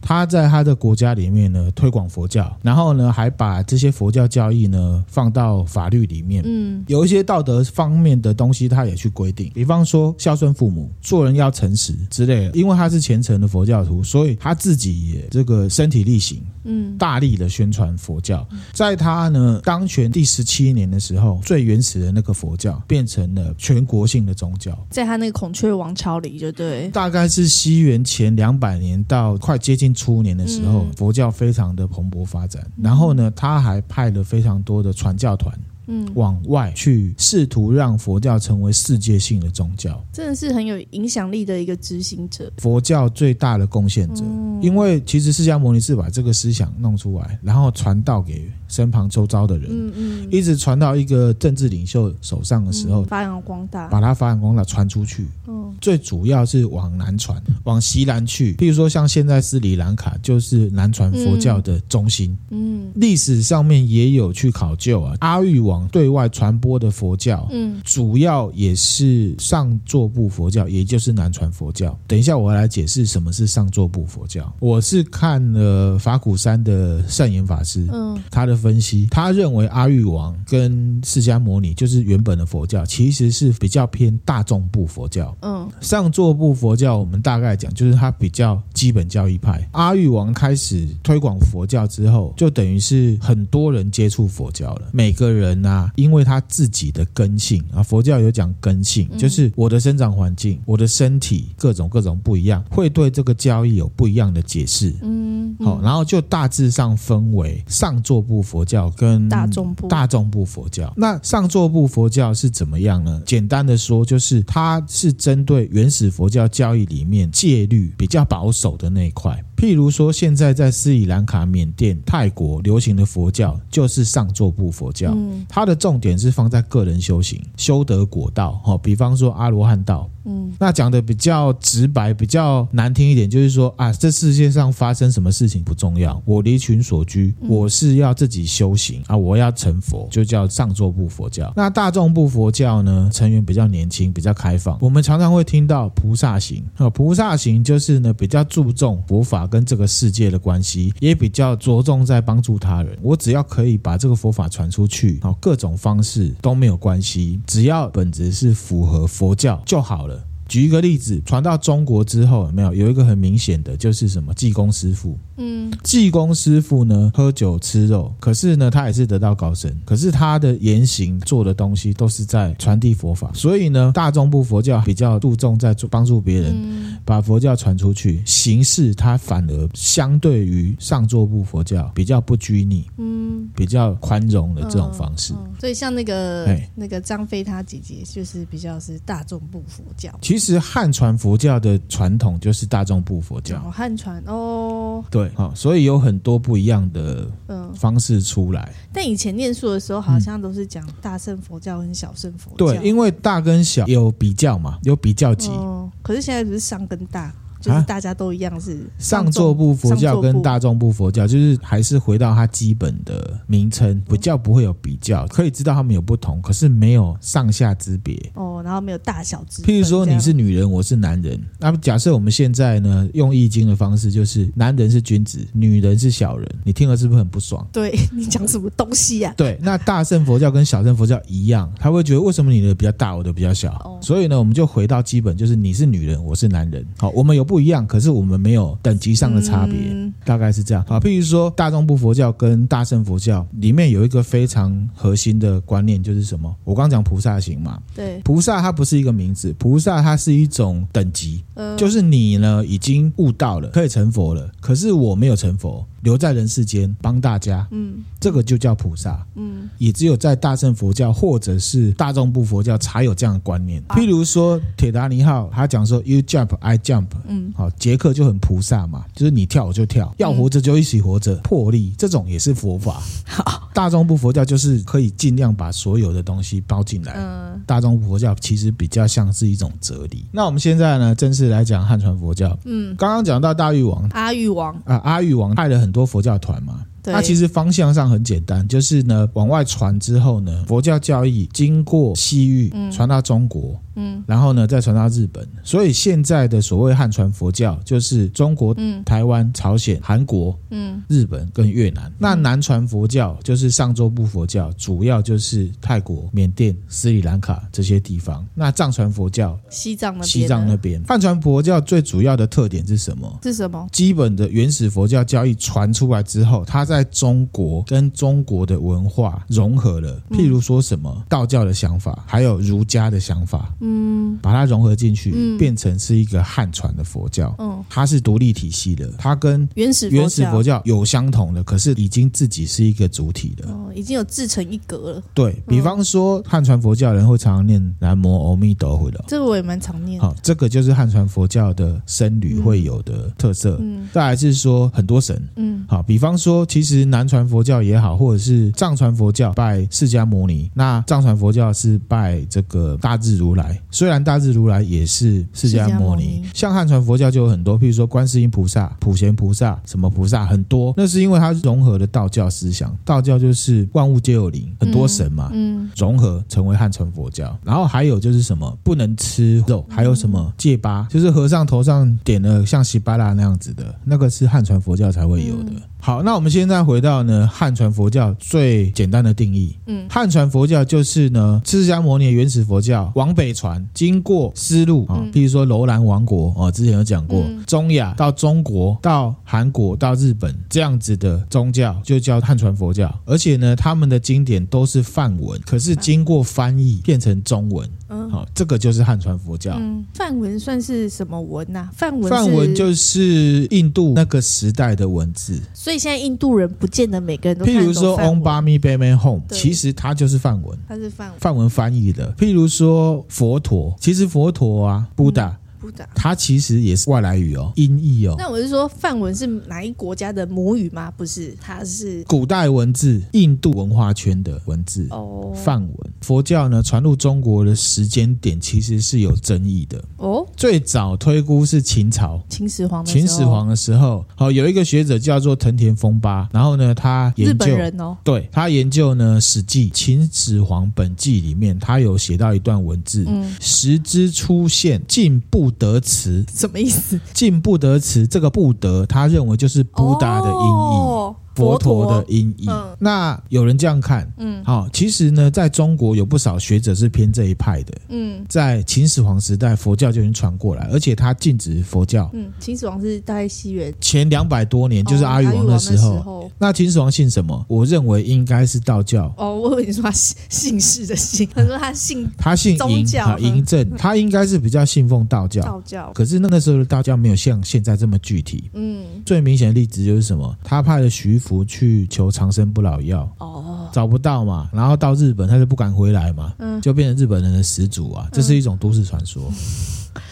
[SPEAKER 1] 他在他的国家里面呢推广佛教，然后呢还把这些佛教教义呢放到法律里面。
[SPEAKER 2] 嗯
[SPEAKER 1] 有一些道德方面的东西，他也去规定，比方说孝顺父母、做人要诚实之类的。因为他是虔诚的佛教徒，所以他自己也这个身体力行，
[SPEAKER 2] 嗯
[SPEAKER 1] 大力的宣传佛教。在他呢当权第十七年的时候，最原始的那个佛教变成了全国性的宗教。
[SPEAKER 2] 在他那个孔雀王朝里，就对，
[SPEAKER 1] 大概是西元前两百年到快接近初年的时候，
[SPEAKER 2] 嗯
[SPEAKER 1] 佛教非常的蓬勃发展。然后呢，他还派了非常多的传教团
[SPEAKER 2] 嗯，
[SPEAKER 1] 往外去，试图让佛教成为世界性的宗教。
[SPEAKER 2] 真的是很有影响力的一个执行者，
[SPEAKER 1] 佛教最大的贡献者，
[SPEAKER 2] 嗯
[SPEAKER 1] 因为其实释迦牟尼是把这个思想弄出来，然后传道给身旁周遭的人，
[SPEAKER 2] 嗯嗯，
[SPEAKER 1] 一直传到一个政治领袖手上的时候，
[SPEAKER 2] 发扬光大，
[SPEAKER 1] 把它发扬光大传出去。
[SPEAKER 2] 嗯
[SPEAKER 1] 最主要是往南传，往西南去。譬如说，像现在斯里兰卡就是南传佛教的中心，
[SPEAKER 2] 嗯
[SPEAKER 1] 历史上面也有去考究啊。阿育王对外传播的佛教。
[SPEAKER 2] 嗯
[SPEAKER 1] 主要也是上座部佛教，也就是南传佛教。等一下，我来解释什么是上座部佛教。我是看了法鼓山的善言法师，
[SPEAKER 2] 嗯
[SPEAKER 1] 他的分析，他认为阿育王跟释迦牟尼就是原本的佛教，其实是比较偏大众部佛教。
[SPEAKER 2] 嗯
[SPEAKER 1] 上座部佛教，我们大概讲就是它比较基本教义派。阿育王开始推广佛教之后，就等于是很多人接触佛教了。每个人啊，因为他自己的根性啊，佛教有讲根性，
[SPEAKER 2] 嗯
[SPEAKER 1] 就是我的生长环境、我的身体各种各种不一样，会对这个教义有不一样的解释。
[SPEAKER 2] 嗯，
[SPEAKER 1] 好，然后就大致上分为上座部佛教跟
[SPEAKER 2] 大众部，
[SPEAKER 1] 大众部佛教。那上座部佛教是怎么样呢？简单的说，就是它是针对原始佛教教义里面戒律比较保守的那一块。譬如说，现在在斯里兰卡、缅甸、泰国流行的佛教就是上座部佛教。
[SPEAKER 2] 嗯
[SPEAKER 1] 它的重点是放在个人修行、修得果道，哦，比方说阿罗汉道、
[SPEAKER 2] 嗯
[SPEAKER 1] 那讲的比较直白、比较难听一点，就是说啊，这世界上发生什么事情不重要，我离群所居，我是要自己修行啊，我要成佛，就叫上座部佛教。那大众部佛教呢，成员比较年轻，比较开放。我们常常会听到菩萨行啊，菩萨行就是呢比较注重佛法跟这个世界的关系，也比较着重在帮助他人。我只要可以把这个佛法传出去，好，各种方式都没有关系，只要本质是符合佛教就好了。举一个例子，传到中国之后，有没有有一个很明显的，就是什么济公师傅。
[SPEAKER 2] 嗯
[SPEAKER 1] 济公师傅呢，喝酒吃肉，可是呢，他也是得到高僧，可是他的言行做的东西都是在传递佛法，所以呢，大众部佛教比较注重在帮助别人，
[SPEAKER 2] 嗯
[SPEAKER 1] 把佛教传出去，形式它反而相对于上座部佛教比较不拘泥，
[SPEAKER 2] 嗯，
[SPEAKER 1] 比较宽容的这种方式。
[SPEAKER 2] 嗯所以像那个
[SPEAKER 1] 哎
[SPEAKER 2] 那个张飞他姐姐，就是比较是大众部佛教，
[SPEAKER 1] 其实汉传佛教的传统就是大众部佛教。
[SPEAKER 2] 哦，汉传哦，
[SPEAKER 1] 对，好、所以有很多不一样的
[SPEAKER 2] 嗯，
[SPEAKER 1] 方式出来。
[SPEAKER 2] 但以前念书的时候好像都是讲大乘佛教跟小乘佛教，
[SPEAKER 1] 对，因为大跟小有比较嘛，有比较级。
[SPEAKER 2] 哦，可是现在不是上跟大，就是
[SPEAKER 1] 啊
[SPEAKER 2] 大家都一样是
[SPEAKER 1] 上座部佛教跟大众部佛教，就是还是回到它基本的名
[SPEAKER 2] 嗯
[SPEAKER 1] 称，比较不会有比较，可以知道他们有不同，可是没有上下之别。
[SPEAKER 2] 哦，然后没有大小之分，
[SPEAKER 1] 譬如说
[SPEAKER 2] 这样
[SPEAKER 1] 你是女人，我是男人，那么假设我们现在呢用易经的方式，就是男人是君子，女人是小人，你听了是不是很不爽？
[SPEAKER 2] 对你讲什么东西啊呀、
[SPEAKER 1] 对，那大乘佛教跟小乘佛教一样，他会觉得为什么你的比较大，我的比较小？
[SPEAKER 2] 哦
[SPEAKER 1] 所以呢，我们就回到基本，就是你是女人，我是男人。好，我们有不一样，可是我们没有等级上的差别，
[SPEAKER 2] 嗯
[SPEAKER 1] 大概是这样。好，譬如说大众部佛教跟大乘佛教里面有一个非常核心的观念，就是什么？我刚讲菩萨行嘛，
[SPEAKER 2] 对，
[SPEAKER 1] 菩萨它不是一个名字，菩萨它是一种等级，
[SPEAKER 2] 呃，
[SPEAKER 1] 就是你呢已经悟到了，可以成佛了，可是我没有成佛，留在人世间帮大家，
[SPEAKER 2] 嗯
[SPEAKER 1] 这个就叫菩萨。
[SPEAKER 2] 嗯
[SPEAKER 1] 也只有在大乘佛教或者是大众部佛教才有这样的观念。
[SPEAKER 2] 啊
[SPEAKER 1] 譬如说铁达尼号，他讲说 “You jump, I jump”，
[SPEAKER 2] 嗯，
[SPEAKER 1] 好，杰克就很菩萨嘛，就是你跳我就跳，要活着就一起活着，魄力这种也是佛法。
[SPEAKER 2] 好，
[SPEAKER 1] 大众部佛教就是可以尽量把所有的东西包进来。
[SPEAKER 2] 嗯
[SPEAKER 1] 大众部佛教其实比较像是一种哲理。那我们现在呢，正式来讲汉传佛教。
[SPEAKER 2] 嗯，
[SPEAKER 1] 刚刚讲到大玉王
[SPEAKER 2] 阿育王，
[SPEAKER 1] 啊，阿育王派了很多佛教团嘛，
[SPEAKER 2] 对，
[SPEAKER 1] 啊那其
[SPEAKER 2] 实
[SPEAKER 1] 实方向上很简单，就是呢，往外传之后呢，佛教教义经过西域
[SPEAKER 2] 嗯
[SPEAKER 1] 传到中国，
[SPEAKER 2] 嗯
[SPEAKER 1] 然后呢再传到日本，所以现在的所谓汉传佛教就是中国、
[SPEAKER 2] 嗯
[SPEAKER 1] 台湾、朝鲜、韩国、
[SPEAKER 2] 嗯
[SPEAKER 1] 日本跟越南。那南传佛教就是上周部佛教，主要就是泰国、缅甸、斯里兰卡这些地方。那藏传佛教，
[SPEAKER 2] 西藏那边
[SPEAKER 1] 西藏那
[SPEAKER 2] 的
[SPEAKER 1] 边，汉传佛教最主要的特点是什么？
[SPEAKER 2] 是什么？
[SPEAKER 1] 基本的原始佛教教义传出来之后，它在中国跟中国的文化融合了，
[SPEAKER 2] 嗯
[SPEAKER 1] 譬如说什么道教的想法，还有儒家的想法，
[SPEAKER 2] 嗯
[SPEAKER 1] 把它融合进去，
[SPEAKER 2] 嗯
[SPEAKER 1] 变成是一个汉传的佛教。
[SPEAKER 2] 嗯，
[SPEAKER 1] 它是独立体系的，它跟
[SPEAKER 2] 原始
[SPEAKER 1] 原始佛
[SPEAKER 2] 教。
[SPEAKER 1] 教有相同的，可是已经自己是一个主体的。
[SPEAKER 2] 哦，已经有自成一格了，
[SPEAKER 1] 对比方说，汉传佛教人会常常念南无阿弥陀佛的。
[SPEAKER 2] 这个我也蛮常念的。
[SPEAKER 1] 好，这个就是汉传佛教的僧侣会有的特色。
[SPEAKER 2] 嗯
[SPEAKER 1] 再来是说很多神，
[SPEAKER 2] 嗯
[SPEAKER 1] 好，比方说，其实南传佛教也好，或者是藏传佛教拜释迦牟尼，那藏传佛教是拜这个大智如来。虽然大智如来也是释迦牟
[SPEAKER 2] 释迦牟
[SPEAKER 1] 尼
[SPEAKER 2] 尼，
[SPEAKER 1] 像汉传佛教就有很多，譬如说观世音菩萨、普贤菩萨、什么菩萨很多，那是因为它融合了道教思想。道教就是万物皆有灵，很多神嘛。
[SPEAKER 2] 嗯
[SPEAKER 1] 融合成为汉传佛教，然后还有就是什么不能吃肉，还有什么戒疤，就是和尚头上点了像喜巴拉那样子的，那个是汉传佛教才会有的。好，那我们现在回到呢汉传佛教最简单的定义，
[SPEAKER 2] 嗯
[SPEAKER 1] 汉传佛教就是呢，释迦牟尼的原始佛教往北传，经过丝路啊
[SPEAKER 2] 嗯，
[SPEAKER 1] 比、如说楼兰王国哦，之前有讲过，
[SPEAKER 2] 嗯
[SPEAKER 1] 中亚到中国到韩国到日本这样子的宗教就叫汉传佛教，而且呢，他们的经典都是梵文，可是经过翻译变成中文，
[SPEAKER 2] 嗯
[SPEAKER 1] 好、这个就是汉传佛教。
[SPEAKER 2] 嗯，梵文算是什么文呐、梵文
[SPEAKER 1] 啊梵文
[SPEAKER 2] 是
[SPEAKER 1] 就是印度那个时代的文字，
[SPEAKER 2] 所以现在印度人不见得每个人都看
[SPEAKER 1] 譬
[SPEAKER 2] 得
[SPEAKER 1] 如
[SPEAKER 2] 懂
[SPEAKER 1] 说
[SPEAKER 2] 梵
[SPEAKER 1] “Om
[SPEAKER 2] 文
[SPEAKER 1] Bami b a m a n Home”，
[SPEAKER 2] 对
[SPEAKER 1] 其实它就是梵文。
[SPEAKER 2] 它是梵文，
[SPEAKER 1] 梵文翻译的，譬如说佛陀，其实佛陀啊，Buddha，、
[SPEAKER 2] 不打。
[SPEAKER 1] 它其实也是外来语哦，音译哦。
[SPEAKER 2] 那我是说，梵文是哪一国家的母语吗？不是，它是
[SPEAKER 1] 古代文字，印度文化圈的文字。
[SPEAKER 2] 哦
[SPEAKER 1] 梵文佛教呢传入中国的时间点其实是有争议的，
[SPEAKER 2] 哦，
[SPEAKER 1] 最早推估是秦朝，
[SPEAKER 2] 秦始皇哦的时
[SPEAKER 1] 秦
[SPEAKER 2] 候
[SPEAKER 1] 始皇的时候，好有一个学者叫做藤田丰八，然后呢他
[SPEAKER 2] 日
[SPEAKER 1] 研
[SPEAKER 2] 本
[SPEAKER 1] 究。
[SPEAKER 2] 人哦，
[SPEAKER 1] 对他研究呢，《史记·秦始皇本纪》里面，他有写到一段文字：“
[SPEAKER 2] 嗯，
[SPEAKER 1] 时之出现，进不得词。
[SPEAKER 2] 什么意思？
[SPEAKER 1] 进不得词，这个不得，他认为就是布达的音译，
[SPEAKER 2] 哦
[SPEAKER 1] 佛陀的音译。
[SPEAKER 2] 嗯
[SPEAKER 1] 那有人这样看，
[SPEAKER 2] 嗯
[SPEAKER 1] 好、其实呢，在中国有不少学者是偏这一派的。
[SPEAKER 2] 嗯
[SPEAKER 1] 在秦始皇时代，佛教就已经传过来，而且他禁止佛教。
[SPEAKER 2] 嗯，秦始皇是大概西元，
[SPEAKER 1] 前两百多年，就是
[SPEAKER 2] 哦
[SPEAKER 1] 阿育王
[SPEAKER 2] 那
[SPEAKER 1] 的时候。
[SPEAKER 2] 候
[SPEAKER 1] 那秦始皇信什么？我认为应该是道教。
[SPEAKER 2] 哦，我以为你说他姓姓氏的姓，他说他姓
[SPEAKER 1] 他信
[SPEAKER 2] 宗
[SPEAKER 1] 嬴
[SPEAKER 2] 教嗯
[SPEAKER 1] 啊，嬴政，他应该是比较信奉道教。
[SPEAKER 2] 道教。
[SPEAKER 1] 可是那那时候的道教没有像现在这么具体。
[SPEAKER 2] 嗯，
[SPEAKER 1] 最明显的例子就是什么？他派了徐福去求长生不老药，
[SPEAKER 2] 哦，
[SPEAKER 1] 找不到嘛，然后到日本他就不敢回来嘛，
[SPEAKER 2] 嗯
[SPEAKER 1] 就变成日本人的始祖啊，这是一种都市传说。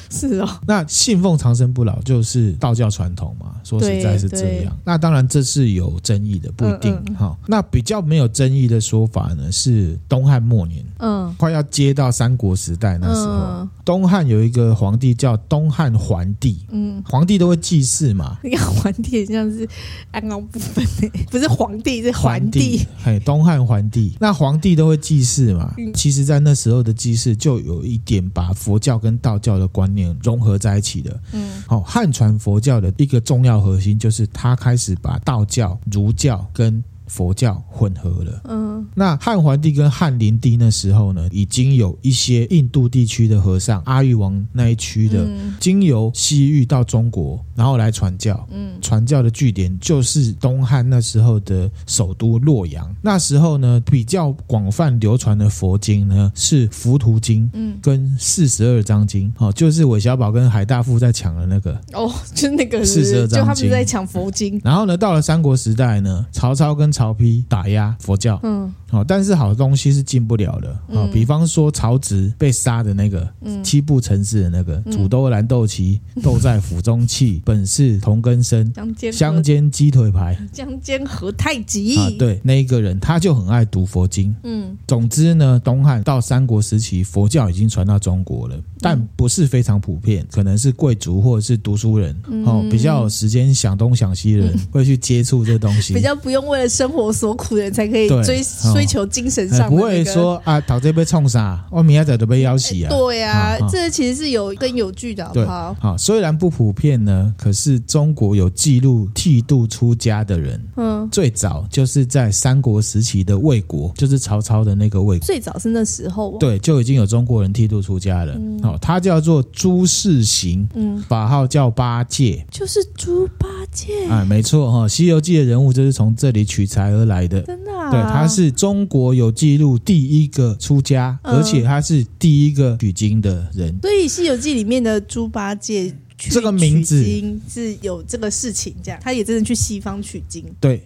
[SPEAKER 2] 是哦，
[SPEAKER 1] 那信奉长生不老就是道教传统嘛，说实在是这
[SPEAKER 2] 对对
[SPEAKER 1] 样。那当然这是有争议的，不一定
[SPEAKER 2] 嗯嗯嗯
[SPEAKER 1] 哈、那比较没有争议的说法呢，是东汉末年，
[SPEAKER 2] 嗯
[SPEAKER 1] 快要接到三国时代那时候，
[SPEAKER 2] 嗯
[SPEAKER 1] 东汉有一个皇帝叫东汉桓帝，
[SPEAKER 2] 嗯，
[SPEAKER 1] 皇帝都会祭祀嘛。
[SPEAKER 2] 那个皇帝很像是安康部分 欸，不是皇帝，是桓帝。，
[SPEAKER 1] 嘿，东汉桓帝，那皇帝都会祭祀嘛。
[SPEAKER 2] 嗯
[SPEAKER 1] 其实，在那时候的祭祀，就有一点把佛教跟道教的观念融合在一起的。
[SPEAKER 2] 嗯
[SPEAKER 1] 好、汉传佛教的一个重要核心，就是他开始把道教、儒教跟佛教混合了。
[SPEAKER 2] 嗯
[SPEAKER 1] 那汉桓帝跟汉灵帝那时候呢，已经有一些印度地区的和尚，阿育王那一区的，
[SPEAKER 2] 嗯
[SPEAKER 1] 经由西域到中国，然后来传教。
[SPEAKER 2] 嗯
[SPEAKER 1] 传教的据点就是东汉那时候的首都洛阳。那时候呢，比较广泛流传的佛经呢是《浮屠经》
[SPEAKER 2] 嗯，
[SPEAKER 1] 跟《四十二章经》，哦，就是韦小宝跟海大富在抢的那个。
[SPEAKER 2] 哦， 就是那个
[SPEAKER 1] 四十二章
[SPEAKER 2] 就他
[SPEAKER 1] 经
[SPEAKER 2] 们在抢佛经。
[SPEAKER 1] 然后呢，到了三国时代呢，曹操跟曹丕打压佛教，
[SPEAKER 2] 嗯
[SPEAKER 1] 哦，但是好东西是进不了的，哦
[SPEAKER 2] 嗯，
[SPEAKER 1] 比方说曹植被杀的那个，
[SPEAKER 2] 嗯
[SPEAKER 1] 七步成诗的那个，
[SPEAKER 2] 嗯
[SPEAKER 1] 煮豆燃豆萁，豆在釜中 泣，本是同根生，
[SPEAKER 2] 相煎
[SPEAKER 1] 相
[SPEAKER 2] 相
[SPEAKER 1] 煎鸡腿排
[SPEAKER 2] 相煎何太急
[SPEAKER 1] 啊，，对，那一个人他就很爱读佛经。
[SPEAKER 2] 嗯
[SPEAKER 1] 总之呢，东汉到三国时期，佛教已经传到中国
[SPEAKER 2] 嗯
[SPEAKER 1] 了，但不是非常普遍，可能是贵族或者是读书人、
[SPEAKER 2] 嗯
[SPEAKER 1] 哦，比较有时间想东想西的人、会去接触这东西，
[SPEAKER 2] 比较不用为了生活所苦的人才可以
[SPEAKER 1] 嗯对
[SPEAKER 2] 追
[SPEAKER 1] 哦
[SPEAKER 2] 追求精神
[SPEAKER 1] 哎
[SPEAKER 2] 上的
[SPEAKER 1] 不
[SPEAKER 2] 那
[SPEAKER 1] 会
[SPEAKER 2] 个。
[SPEAKER 1] 说啊，讨这被冲啥，我明仔仔都被要死啊。
[SPEAKER 2] 对呀
[SPEAKER 1] 啊啊，
[SPEAKER 2] 这其实是有根有据的，好不
[SPEAKER 1] 对，
[SPEAKER 2] 好？
[SPEAKER 1] 虽然不普遍呢，可是中国有记录剃度出家的人，
[SPEAKER 2] 嗯，
[SPEAKER 1] 最早就是在三国时期的魏国，就是曹操的那个魏国。
[SPEAKER 2] 最早是那时候哦。
[SPEAKER 1] 对，就已经有中国人剃度出家了。好、他叫做朱世行，
[SPEAKER 2] 嗯，
[SPEAKER 1] 法号叫八戒。
[SPEAKER 2] 就是猪八戒，
[SPEAKER 1] 啊，没错哈，西游记》的人物就是从这里取材而来的。
[SPEAKER 2] 真的啊。
[SPEAKER 1] 对，他是中国有记录第一个出家，
[SPEAKER 2] 嗯
[SPEAKER 1] 而且他是第一个取经的人。
[SPEAKER 2] 所以《西游记》里面的猪八戒去
[SPEAKER 1] 这个名字
[SPEAKER 2] 取经是有这个事情，这样他也真的去西方取经。
[SPEAKER 1] 对，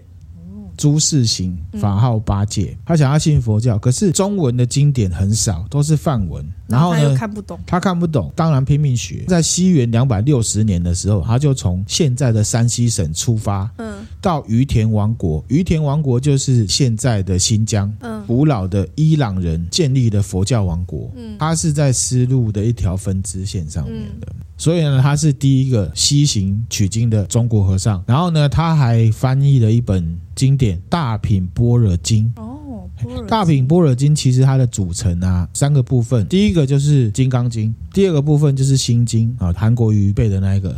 [SPEAKER 1] 朱世行法号八戒，他想要信佛教，可是中文的经典很少，都是梵文。然后
[SPEAKER 2] 他又
[SPEAKER 1] 呢，
[SPEAKER 2] 看不懂，
[SPEAKER 1] 他看不懂，当然拼命学。在西元两百六十年的时候，他就从现在的山西省出发，
[SPEAKER 2] 嗯
[SPEAKER 1] 到于田王国。于田王国就是现在的新疆。
[SPEAKER 2] 嗯
[SPEAKER 1] 古老的伊朗人建立的佛教王国，
[SPEAKER 2] 嗯
[SPEAKER 1] 它是在丝路的一条分支线上面的，
[SPEAKER 2] 嗯
[SPEAKER 1] 所以呢，他是第一个西行取经的中国和尚。然后呢，他还翻译了一本经典《大品般若经》。
[SPEAKER 2] 哦，波尔
[SPEAKER 1] 大品般若经其实它的组成啊，三个部分，第一个就是《金刚经》，第二个部分就是《心经》啊，韩国瑜背的那一个，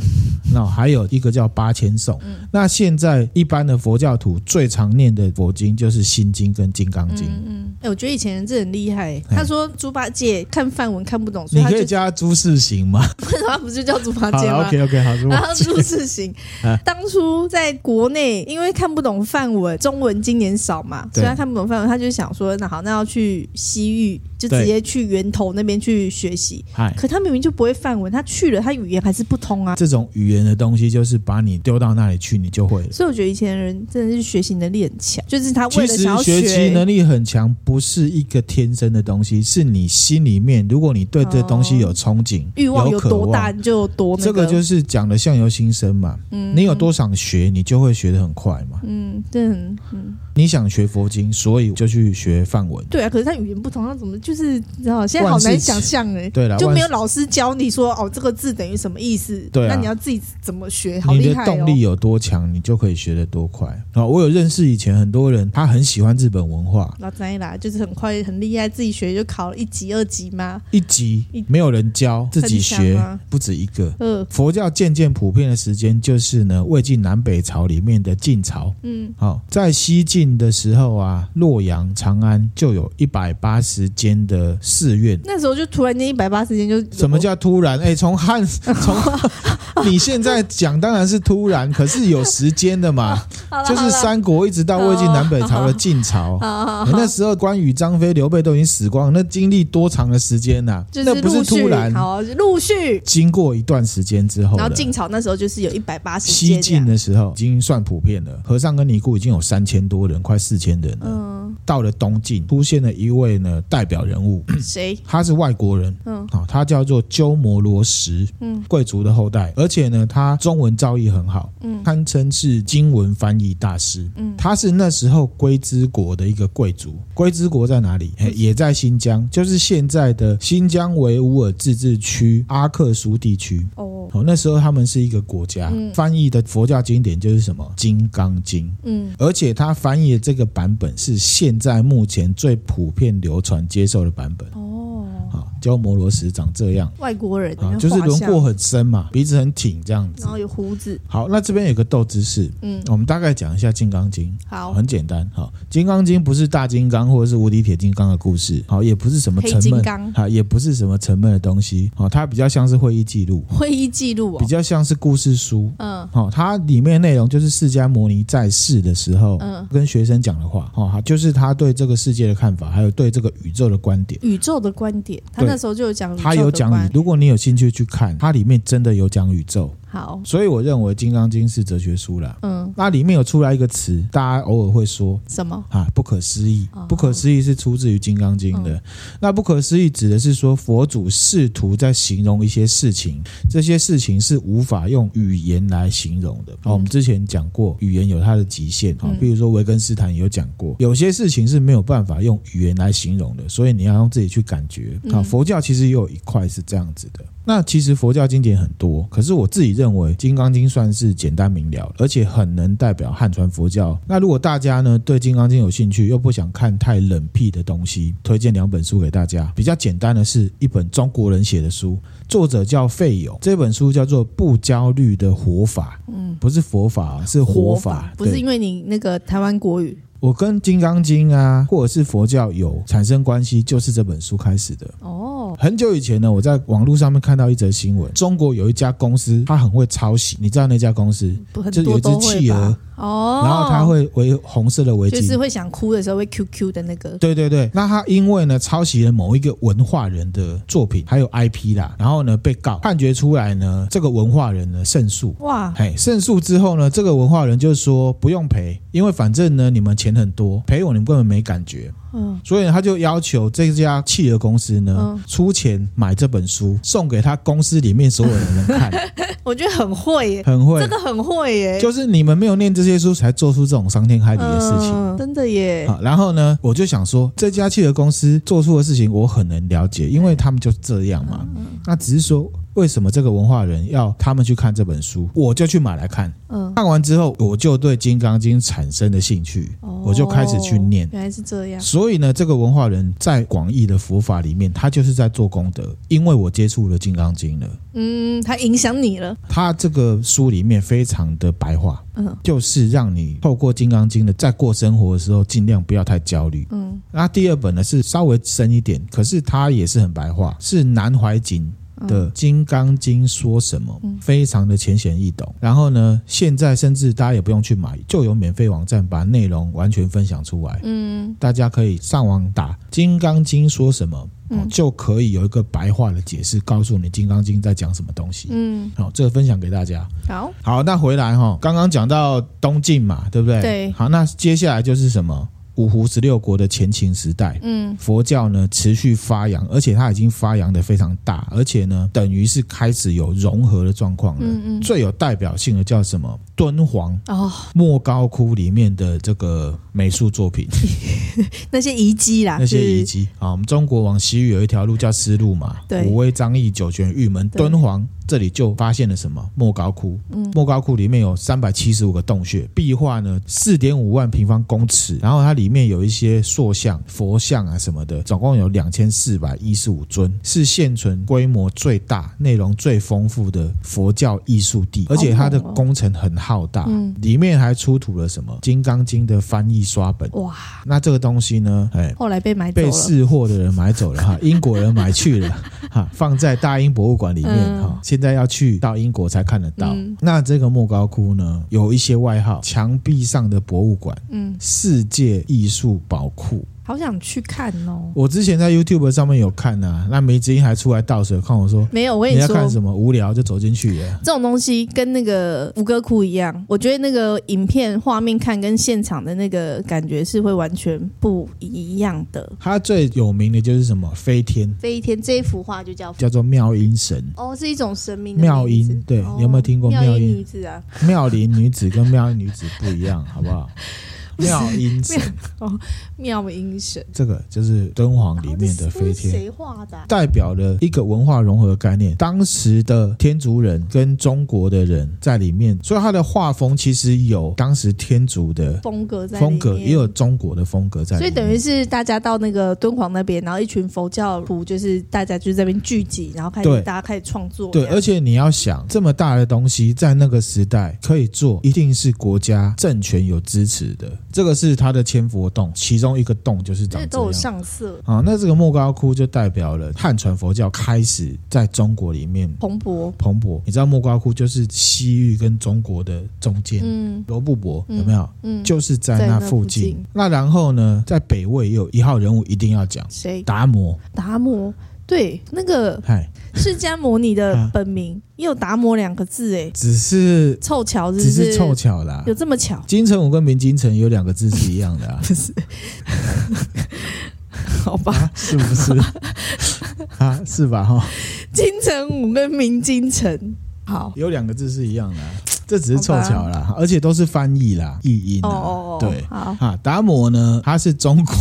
[SPEAKER 1] 那还有一个叫八千颂。
[SPEAKER 2] 嗯
[SPEAKER 1] 那现在一般的佛教徒最常念的佛经就是《心经》跟《金刚经》，
[SPEAKER 2] 嗯，哎、我觉得以前人真的很厉害、他说猪八戒看范文看不懂，所以
[SPEAKER 1] 哎你
[SPEAKER 2] 他
[SPEAKER 1] 可
[SPEAKER 2] 就
[SPEAKER 1] 以叫它朱世行吗？
[SPEAKER 2] 他不是叫猪八
[SPEAKER 1] 好
[SPEAKER 2] 戒吗？
[SPEAKER 1] ，OK OK，好，如果
[SPEAKER 2] 然后朱世行
[SPEAKER 1] 啊，
[SPEAKER 2] 当初在国内因为看不懂范文，中文今年少嘛，
[SPEAKER 1] 对
[SPEAKER 2] 所以他看不懂范文，他就想说，那好，那要去西域，就
[SPEAKER 1] 对
[SPEAKER 2] 直接去源头那边去学习。
[SPEAKER 1] 嗨，
[SPEAKER 2] 可他明明就不会范文，他去了，他语言还是不通啊。
[SPEAKER 1] 这种语言的东西就是把你丢到那里去，你就会了。
[SPEAKER 2] 所以我觉得以前的人真的是学习能力很强，就是他啊为
[SPEAKER 1] 其
[SPEAKER 2] 了
[SPEAKER 1] 实
[SPEAKER 2] 想要
[SPEAKER 1] 学习能
[SPEAKER 2] 力，
[SPEAKER 1] 力很强，不是一个天生的东西，是你心里面，如果你对这东西有憧憬、
[SPEAKER 2] 欲望
[SPEAKER 1] 有
[SPEAKER 2] 有
[SPEAKER 1] 渴
[SPEAKER 2] 多
[SPEAKER 1] 望
[SPEAKER 2] 大你就有多那
[SPEAKER 1] 这个就是是讲的相由心生嘛。
[SPEAKER 2] 嗯
[SPEAKER 1] 你有多想学，你就会学得很快嘛。
[SPEAKER 2] 嗯，对很嗯
[SPEAKER 1] 你想学佛经，所以就去学梵文。
[SPEAKER 2] 对啊。可是他语言不通，他怎么就是你知道现在好
[SPEAKER 1] 万事
[SPEAKER 2] 难
[SPEAKER 1] 起
[SPEAKER 2] 想象哎、
[SPEAKER 1] 对了，
[SPEAKER 2] 就
[SPEAKER 1] 万
[SPEAKER 2] 没有老师教你说哦，这个字等于什么意思？
[SPEAKER 1] 对啊
[SPEAKER 2] 那你要自己怎么学？好
[SPEAKER 1] 你
[SPEAKER 2] 厉
[SPEAKER 1] 的
[SPEAKER 2] 害
[SPEAKER 1] 动
[SPEAKER 2] 哦！
[SPEAKER 1] 力有多强，你就可以学得多快。啊，我有认识以前很多人，他很喜欢日本文化，
[SPEAKER 2] 老张一来就是很快很厉害，自己学就考了一级、二级嘛。
[SPEAKER 1] 一级
[SPEAKER 2] 一
[SPEAKER 1] 没有人教，自己
[SPEAKER 2] 很
[SPEAKER 1] 学
[SPEAKER 2] 强啊
[SPEAKER 1] 不止一个。
[SPEAKER 2] 呃，
[SPEAKER 1] 佛教渐渐普遍的时间就是呢，魏晋南北朝里面的晋朝。
[SPEAKER 2] 嗯，
[SPEAKER 1] 好、在西晋的时候啊，洛阳、长安就有一百八十间的寺院。
[SPEAKER 2] 那时候就突然间一百八十天就
[SPEAKER 1] 什么叫突然？哎，从 汉从你现在讲当然是突然，可是有时间的嘛，
[SPEAKER 2] 好了
[SPEAKER 1] 就是三国一直到魏晋南北朝的晋朝。
[SPEAKER 2] 好好
[SPEAKER 1] 哎那时候关羽、张飞、刘备都已经死光了，那经历多长的时间呐、
[SPEAKER 2] 就
[SPEAKER 1] 那不
[SPEAKER 2] 陆
[SPEAKER 1] 是
[SPEAKER 2] 续
[SPEAKER 1] 突然，
[SPEAKER 2] 好陆续，
[SPEAKER 1] 经过一段时间之后
[SPEAKER 2] 然后
[SPEAKER 1] 的。
[SPEAKER 2] 晋朝那时候就是有一百八十
[SPEAKER 1] 西晋的时候已经算普遍了，和尚跟尼姑已经有三千多人，快四千人了。
[SPEAKER 2] 嗯，
[SPEAKER 1] 到了东晋，出现了一位呢代表人物，
[SPEAKER 2] 谁？
[SPEAKER 1] 他是外国人，
[SPEAKER 2] 嗯
[SPEAKER 1] 好、他叫做鸠摩罗什，
[SPEAKER 2] 嗯
[SPEAKER 1] 贵族的后代，而且呢，他中文造诣很好，
[SPEAKER 2] 嗯
[SPEAKER 1] 堪称是经文翻译大师。
[SPEAKER 2] 嗯
[SPEAKER 1] 他是那时候龟兹国的一个贵族。龟兹国在哪里？
[SPEAKER 2] 嗯
[SPEAKER 1] 嘿也在新疆，就是现在的新疆维吾尔自治区阿克苏地区。
[SPEAKER 2] 哦，
[SPEAKER 1] 哦，那时候他们是一个国家，
[SPEAKER 2] 嗯
[SPEAKER 1] 翻译的佛教经典就是什么《金刚经》。
[SPEAKER 2] 嗯
[SPEAKER 1] 而且他翻译的这个版本是现在目前最普遍流传接受的版本。
[SPEAKER 2] 哦，
[SPEAKER 1] 啊，鸠摩罗什长这样
[SPEAKER 2] 外国人
[SPEAKER 1] 啊，就是轮廓，很深嘛，鼻子很挺这样子
[SPEAKER 2] 然。后有胡子，
[SPEAKER 1] 好，那这边有个斗知识，
[SPEAKER 2] 嗯，
[SPEAKER 1] 我们大概讲一下《金刚经》。
[SPEAKER 2] 好，
[SPEAKER 1] 很简单，好，《金刚经》不是大金刚或者是无敌铁金刚的故事，好，也不是什么沉
[SPEAKER 2] 黑金
[SPEAKER 1] 闷，
[SPEAKER 2] 刚
[SPEAKER 1] 好，也不是什么沉闷的东西，好，它比较像是会议记录，
[SPEAKER 2] 会议记录
[SPEAKER 1] 比
[SPEAKER 2] 哦，
[SPEAKER 1] 较像是故事书，
[SPEAKER 2] 嗯
[SPEAKER 1] 好，它里面内容就是释迦牟尼在世的时候，
[SPEAKER 2] 嗯，
[SPEAKER 1] 跟学生讲的话，哦，就是他对这个世界的看法，还有对这个宇宙的观点。
[SPEAKER 2] 宇宙的观点，他
[SPEAKER 1] 对
[SPEAKER 2] 那时候就有讲宇宙的
[SPEAKER 1] 他
[SPEAKER 2] 观，
[SPEAKER 1] 有讲宇，如果你有兴趣去看，它里面真的有讲宇宙，
[SPEAKER 2] 好，
[SPEAKER 1] 所以我认为《金刚经》是哲学书啦。
[SPEAKER 2] 嗯，
[SPEAKER 1] 那里面有出来一个词，大家偶尔会说
[SPEAKER 2] 什么？
[SPEAKER 1] 啊，不可思议
[SPEAKER 2] 哦。嗯
[SPEAKER 1] 不可思议是出自于《金刚经》的。那不可思议指的是说，佛祖试图在形容一些事情，这些事情是无法用语言来形容的。好、
[SPEAKER 2] 嗯
[SPEAKER 1] 我们之前讲过，语言有它的极限。好、
[SPEAKER 2] 嗯
[SPEAKER 1] 比如说维根斯坦也有讲过，有些事情是没有办法用语言来形容的，所以你要用自己去感觉。
[SPEAKER 2] 嗯
[SPEAKER 1] 好，佛教其实也有一块是这样子的。那其实佛教经典很多，可是我自己认为《金刚经》算是简单明了，而且很能代表汉传佛教。那如果大家呢对《金刚经》有兴趣，又不想看太冷僻的东西，推荐两本书给大家。比较简单的是一本中国人写的书，作者叫费友，这本书叫做《不焦虑的活法》，
[SPEAKER 2] 嗯，
[SPEAKER 1] 不是佛法啊，是活法。
[SPEAKER 2] 不是
[SPEAKER 1] 对
[SPEAKER 2] 因为你那个台湾国语
[SPEAKER 1] 我跟《金刚经》啊，或者是佛教有产生关系，就是这本书开始的。
[SPEAKER 2] 哦，
[SPEAKER 1] 很久以前呢，我在网络上面看到一则新闻，中国有一家公司，它很会抄袭，你知道那家公司，
[SPEAKER 2] 不很
[SPEAKER 1] 就有
[SPEAKER 2] 多
[SPEAKER 1] 一只
[SPEAKER 2] 都
[SPEAKER 1] 企
[SPEAKER 2] 会
[SPEAKER 1] 鹅
[SPEAKER 2] 吧？哦，
[SPEAKER 1] 然后它会围红色的围巾。
[SPEAKER 2] 就是会想哭的时候会 QQ 的那个，
[SPEAKER 1] 对对对，那他因为呢抄袭了某一个文化人的作品，还有 IP 啦，然后呢被告判决出来呢，这个文化人呢胜诉，
[SPEAKER 2] 哇，
[SPEAKER 1] 哎，胜诉之后呢，这个文化人就说不用赔，因为反正呢你们钱很多，赔我你们根本没感觉，
[SPEAKER 2] 嗯，
[SPEAKER 1] 所以他就要求这家企鹅公司呢、
[SPEAKER 2] 嗯
[SPEAKER 1] 出钱买这本书，送给他公司里面所有的人看，
[SPEAKER 2] 我觉得很会耶，
[SPEAKER 1] 很会
[SPEAKER 2] 这。个很会耶，
[SPEAKER 1] 就是你们没有念这些书，才做出这种伤天害理的事情。
[SPEAKER 2] 嗯真的耶，
[SPEAKER 1] 好，然后呢，我就想说，这家企鹅公司做出的事情我很能了解，因为他们就这样嘛。
[SPEAKER 2] 嗯
[SPEAKER 1] 那只是说，为什么这个文化人要他们去看这本书，我就去买来看。
[SPEAKER 2] 嗯，
[SPEAKER 1] 看完之后，我就对《金刚经》产生了兴趣，
[SPEAKER 2] 哦
[SPEAKER 1] 我就开始去念。
[SPEAKER 2] 原来是这样，
[SPEAKER 1] 所以呢，这个文化人在广义的佛法里面，他就是在做功德，因为我接触了《金刚经》了。
[SPEAKER 2] 嗯，它影响你了，
[SPEAKER 1] 他这个书里面非常的白话，
[SPEAKER 2] 嗯
[SPEAKER 1] 就是让你透过《金刚经》的，在过生活的时候，尽量不要太焦虑。
[SPEAKER 2] 嗯
[SPEAKER 1] 那第二本呢是稍微深一点，可是它也是很白话，是南怀瑾的《金刚经》说什么，
[SPEAKER 2] 嗯
[SPEAKER 1] 非常的浅显易懂。然后呢，现在甚至大家也不用去买，就有免费网站把内容完全分享出来。
[SPEAKER 2] 嗯，
[SPEAKER 1] 大家可以上网打《金刚经》说什么，
[SPEAKER 2] 嗯
[SPEAKER 1] 哦，就可以有一个白话的解释，告诉你《金刚经》在讲什么东西。
[SPEAKER 2] 嗯，
[SPEAKER 1] 好，这个分享给大家。
[SPEAKER 2] 好，
[SPEAKER 1] 好，那回来哈、刚刚讲到东晋嘛，对不对？
[SPEAKER 2] 对
[SPEAKER 1] 好，那接下来就是什么？五胡十六国的前秦时代，
[SPEAKER 2] 嗯
[SPEAKER 1] 佛教呢持续发扬，而且它已经发扬的非常大，而且呢等于是开始有融合的状况了。
[SPEAKER 2] 嗯嗯，
[SPEAKER 1] 最有代表性的叫什么？敦煌
[SPEAKER 2] 哦，
[SPEAKER 1] 莫高窟里面的这个美术作品，
[SPEAKER 2] 那些遗迹啦，
[SPEAKER 1] 那些遗
[SPEAKER 2] 迹，
[SPEAKER 1] 迹啊，我们中国往西域有一条路叫丝路嘛，
[SPEAKER 2] 对
[SPEAKER 1] 武威、张掖、酒泉、玉门、
[SPEAKER 2] 对
[SPEAKER 1] 敦煌，这里就发现了什么？莫高窟。
[SPEAKER 2] 嗯
[SPEAKER 1] 莫高窟里面有三百七十五个洞穴，壁画呢四点五万平方公尺，然后它里面有一些塑像、佛像啊什么的，总共有两千四百一十五尊，是现存规模最大、内容最丰富的佛教艺术地，而且它的
[SPEAKER 2] 好猛哦
[SPEAKER 1] 工程很浩大，
[SPEAKER 2] 嗯
[SPEAKER 1] 里面还出土了什么《金刚经》的翻译刷本。
[SPEAKER 2] 哇，
[SPEAKER 1] 那这个东西呢，哎，
[SPEAKER 2] 后来被买走
[SPEAKER 1] 被
[SPEAKER 2] 了，
[SPEAKER 1] 识货的人买走了 哈，英国人买去了哈，放在大英博物馆里面
[SPEAKER 2] 嗯
[SPEAKER 1] 哈，现在要去到英国才看得到
[SPEAKER 2] 嗯。
[SPEAKER 1] 那这个莫高窟呢，有一些外号，墙壁上的博物馆。
[SPEAKER 2] 嗯，
[SPEAKER 1] 世界艺术宝库，
[SPEAKER 2] 好想去看哦。
[SPEAKER 1] 我之前在 YouTube 上面有看啊，那梅子英还出来倒水，看我说
[SPEAKER 2] 没有，我跟
[SPEAKER 1] 你
[SPEAKER 2] 你
[SPEAKER 1] 要
[SPEAKER 2] 说，
[SPEAKER 1] 看什么，无聊就走进去了。
[SPEAKER 2] 这种东西跟那个吴哥窟一样，我觉得那个影片画面看跟现场的那个感觉是会完全不一样的。
[SPEAKER 1] 它最有名的就是什么飞天，
[SPEAKER 2] 飞天这一幅画就叫
[SPEAKER 1] 叫做妙音神，
[SPEAKER 2] 哦，是一种神明的
[SPEAKER 1] 妙
[SPEAKER 2] 名字
[SPEAKER 1] 音对
[SPEAKER 2] 哦
[SPEAKER 1] 你有没有听过
[SPEAKER 2] 妙
[SPEAKER 1] 妙音
[SPEAKER 2] 女子啊？
[SPEAKER 1] 妙龄女子跟妙音女子不一样，好不 好？妙音神
[SPEAKER 2] 妙音神
[SPEAKER 1] 这个就是敦煌里面的飞
[SPEAKER 2] 哦这是
[SPEAKER 1] 天，
[SPEAKER 2] 谁画的啊、
[SPEAKER 1] 代表了一个文化融合的概念。当时的天竺人跟中国的人在里面，所以它的画风其实有当时天竺的
[SPEAKER 2] 风格在里
[SPEAKER 1] 风
[SPEAKER 2] 面
[SPEAKER 1] 格，也有中国的风格在里
[SPEAKER 2] 所以
[SPEAKER 1] 面。
[SPEAKER 2] 等于是大家到那个敦煌那边，然后一群佛教徒，就是大家就在那边聚集，然后开始
[SPEAKER 1] 对
[SPEAKER 2] 大家开始创作这
[SPEAKER 1] 对，
[SPEAKER 2] 样。
[SPEAKER 1] 而且你要想，这么大的东西在那个时代可以做，一定是国家政权有支持的。这个是它的千佛洞，其中一个洞就是长
[SPEAKER 2] 这
[SPEAKER 1] 这
[SPEAKER 2] 都有
[SPEAKER 1] 样。
[SPEAKER 2] 上色
[SPEAKER 1] 啊，那这个莫高窟就代表了汉传佛教开始在中国里面
[SPEAKER 2] 蓬勃，
[SPEAKER 1] 蓬勃。你知道莫高窟就是西域跟中国的中间，
[SPEAKER 2] 嗯
[SPEAKER 1] 罗布泊有没有？
[SPEAKER 2] 嗯，
[SPEAKER 1] 就是在
[SPEAKER 2] 在
[SPEAKER 1] 那
[SPEAKER 2] 那
[SPEAKER 1] 附
[SPEAKER 2] 附
[SPEAKER 1] 近
[SPEAKER 2] 近。
[SPEAKER 1] 那然后呢，在北魏也有一号人物一定要讲
[SPEAKER 2] 谁
[SPEAKER 1] 达摩，
[SPEAKER 2] 达摩？对，那个
[SPEAKER 1] 嗨，
[SPEAKER 2] 释迦摩尼
[SPEAKER 1] 啊
[SPEAKER 2] 的本名也有达摩两个字，哎，
[SPEAKER 1] 只是
[SPEAKER 2] 凑巧是不
[SPEAKER 1] 只
[SPEAKER 2] 是？
[SPEAKER 1] 是凑巧啦
[SPEAKER 2] 有。这么巧？，
[SPEAKER 1] 金城武跟明金城有两个字是一样的啊
[SPEAKER 2] 不是，好吧，
[SPEAKER 1] 啊是不 是？啊，是吧？哈，
[SPEAKER 2] 金城武跟明金城，好，
[SPEAKER 1] 有两个字是一样的啊，这只是凑
[SPEAKER 2] 好吧
[SPEAKER 1] 巧啦，而且都是翻译啦，译音
[SPEAKER 2] 哦
[SPEAKER 1] 啦。
[SPEAKER 2] 哦哦，
[SPEAKER 1] 对
[SPEAKER 2] 好，
[SPEAKER 1] 啊，达摩呢，他是中国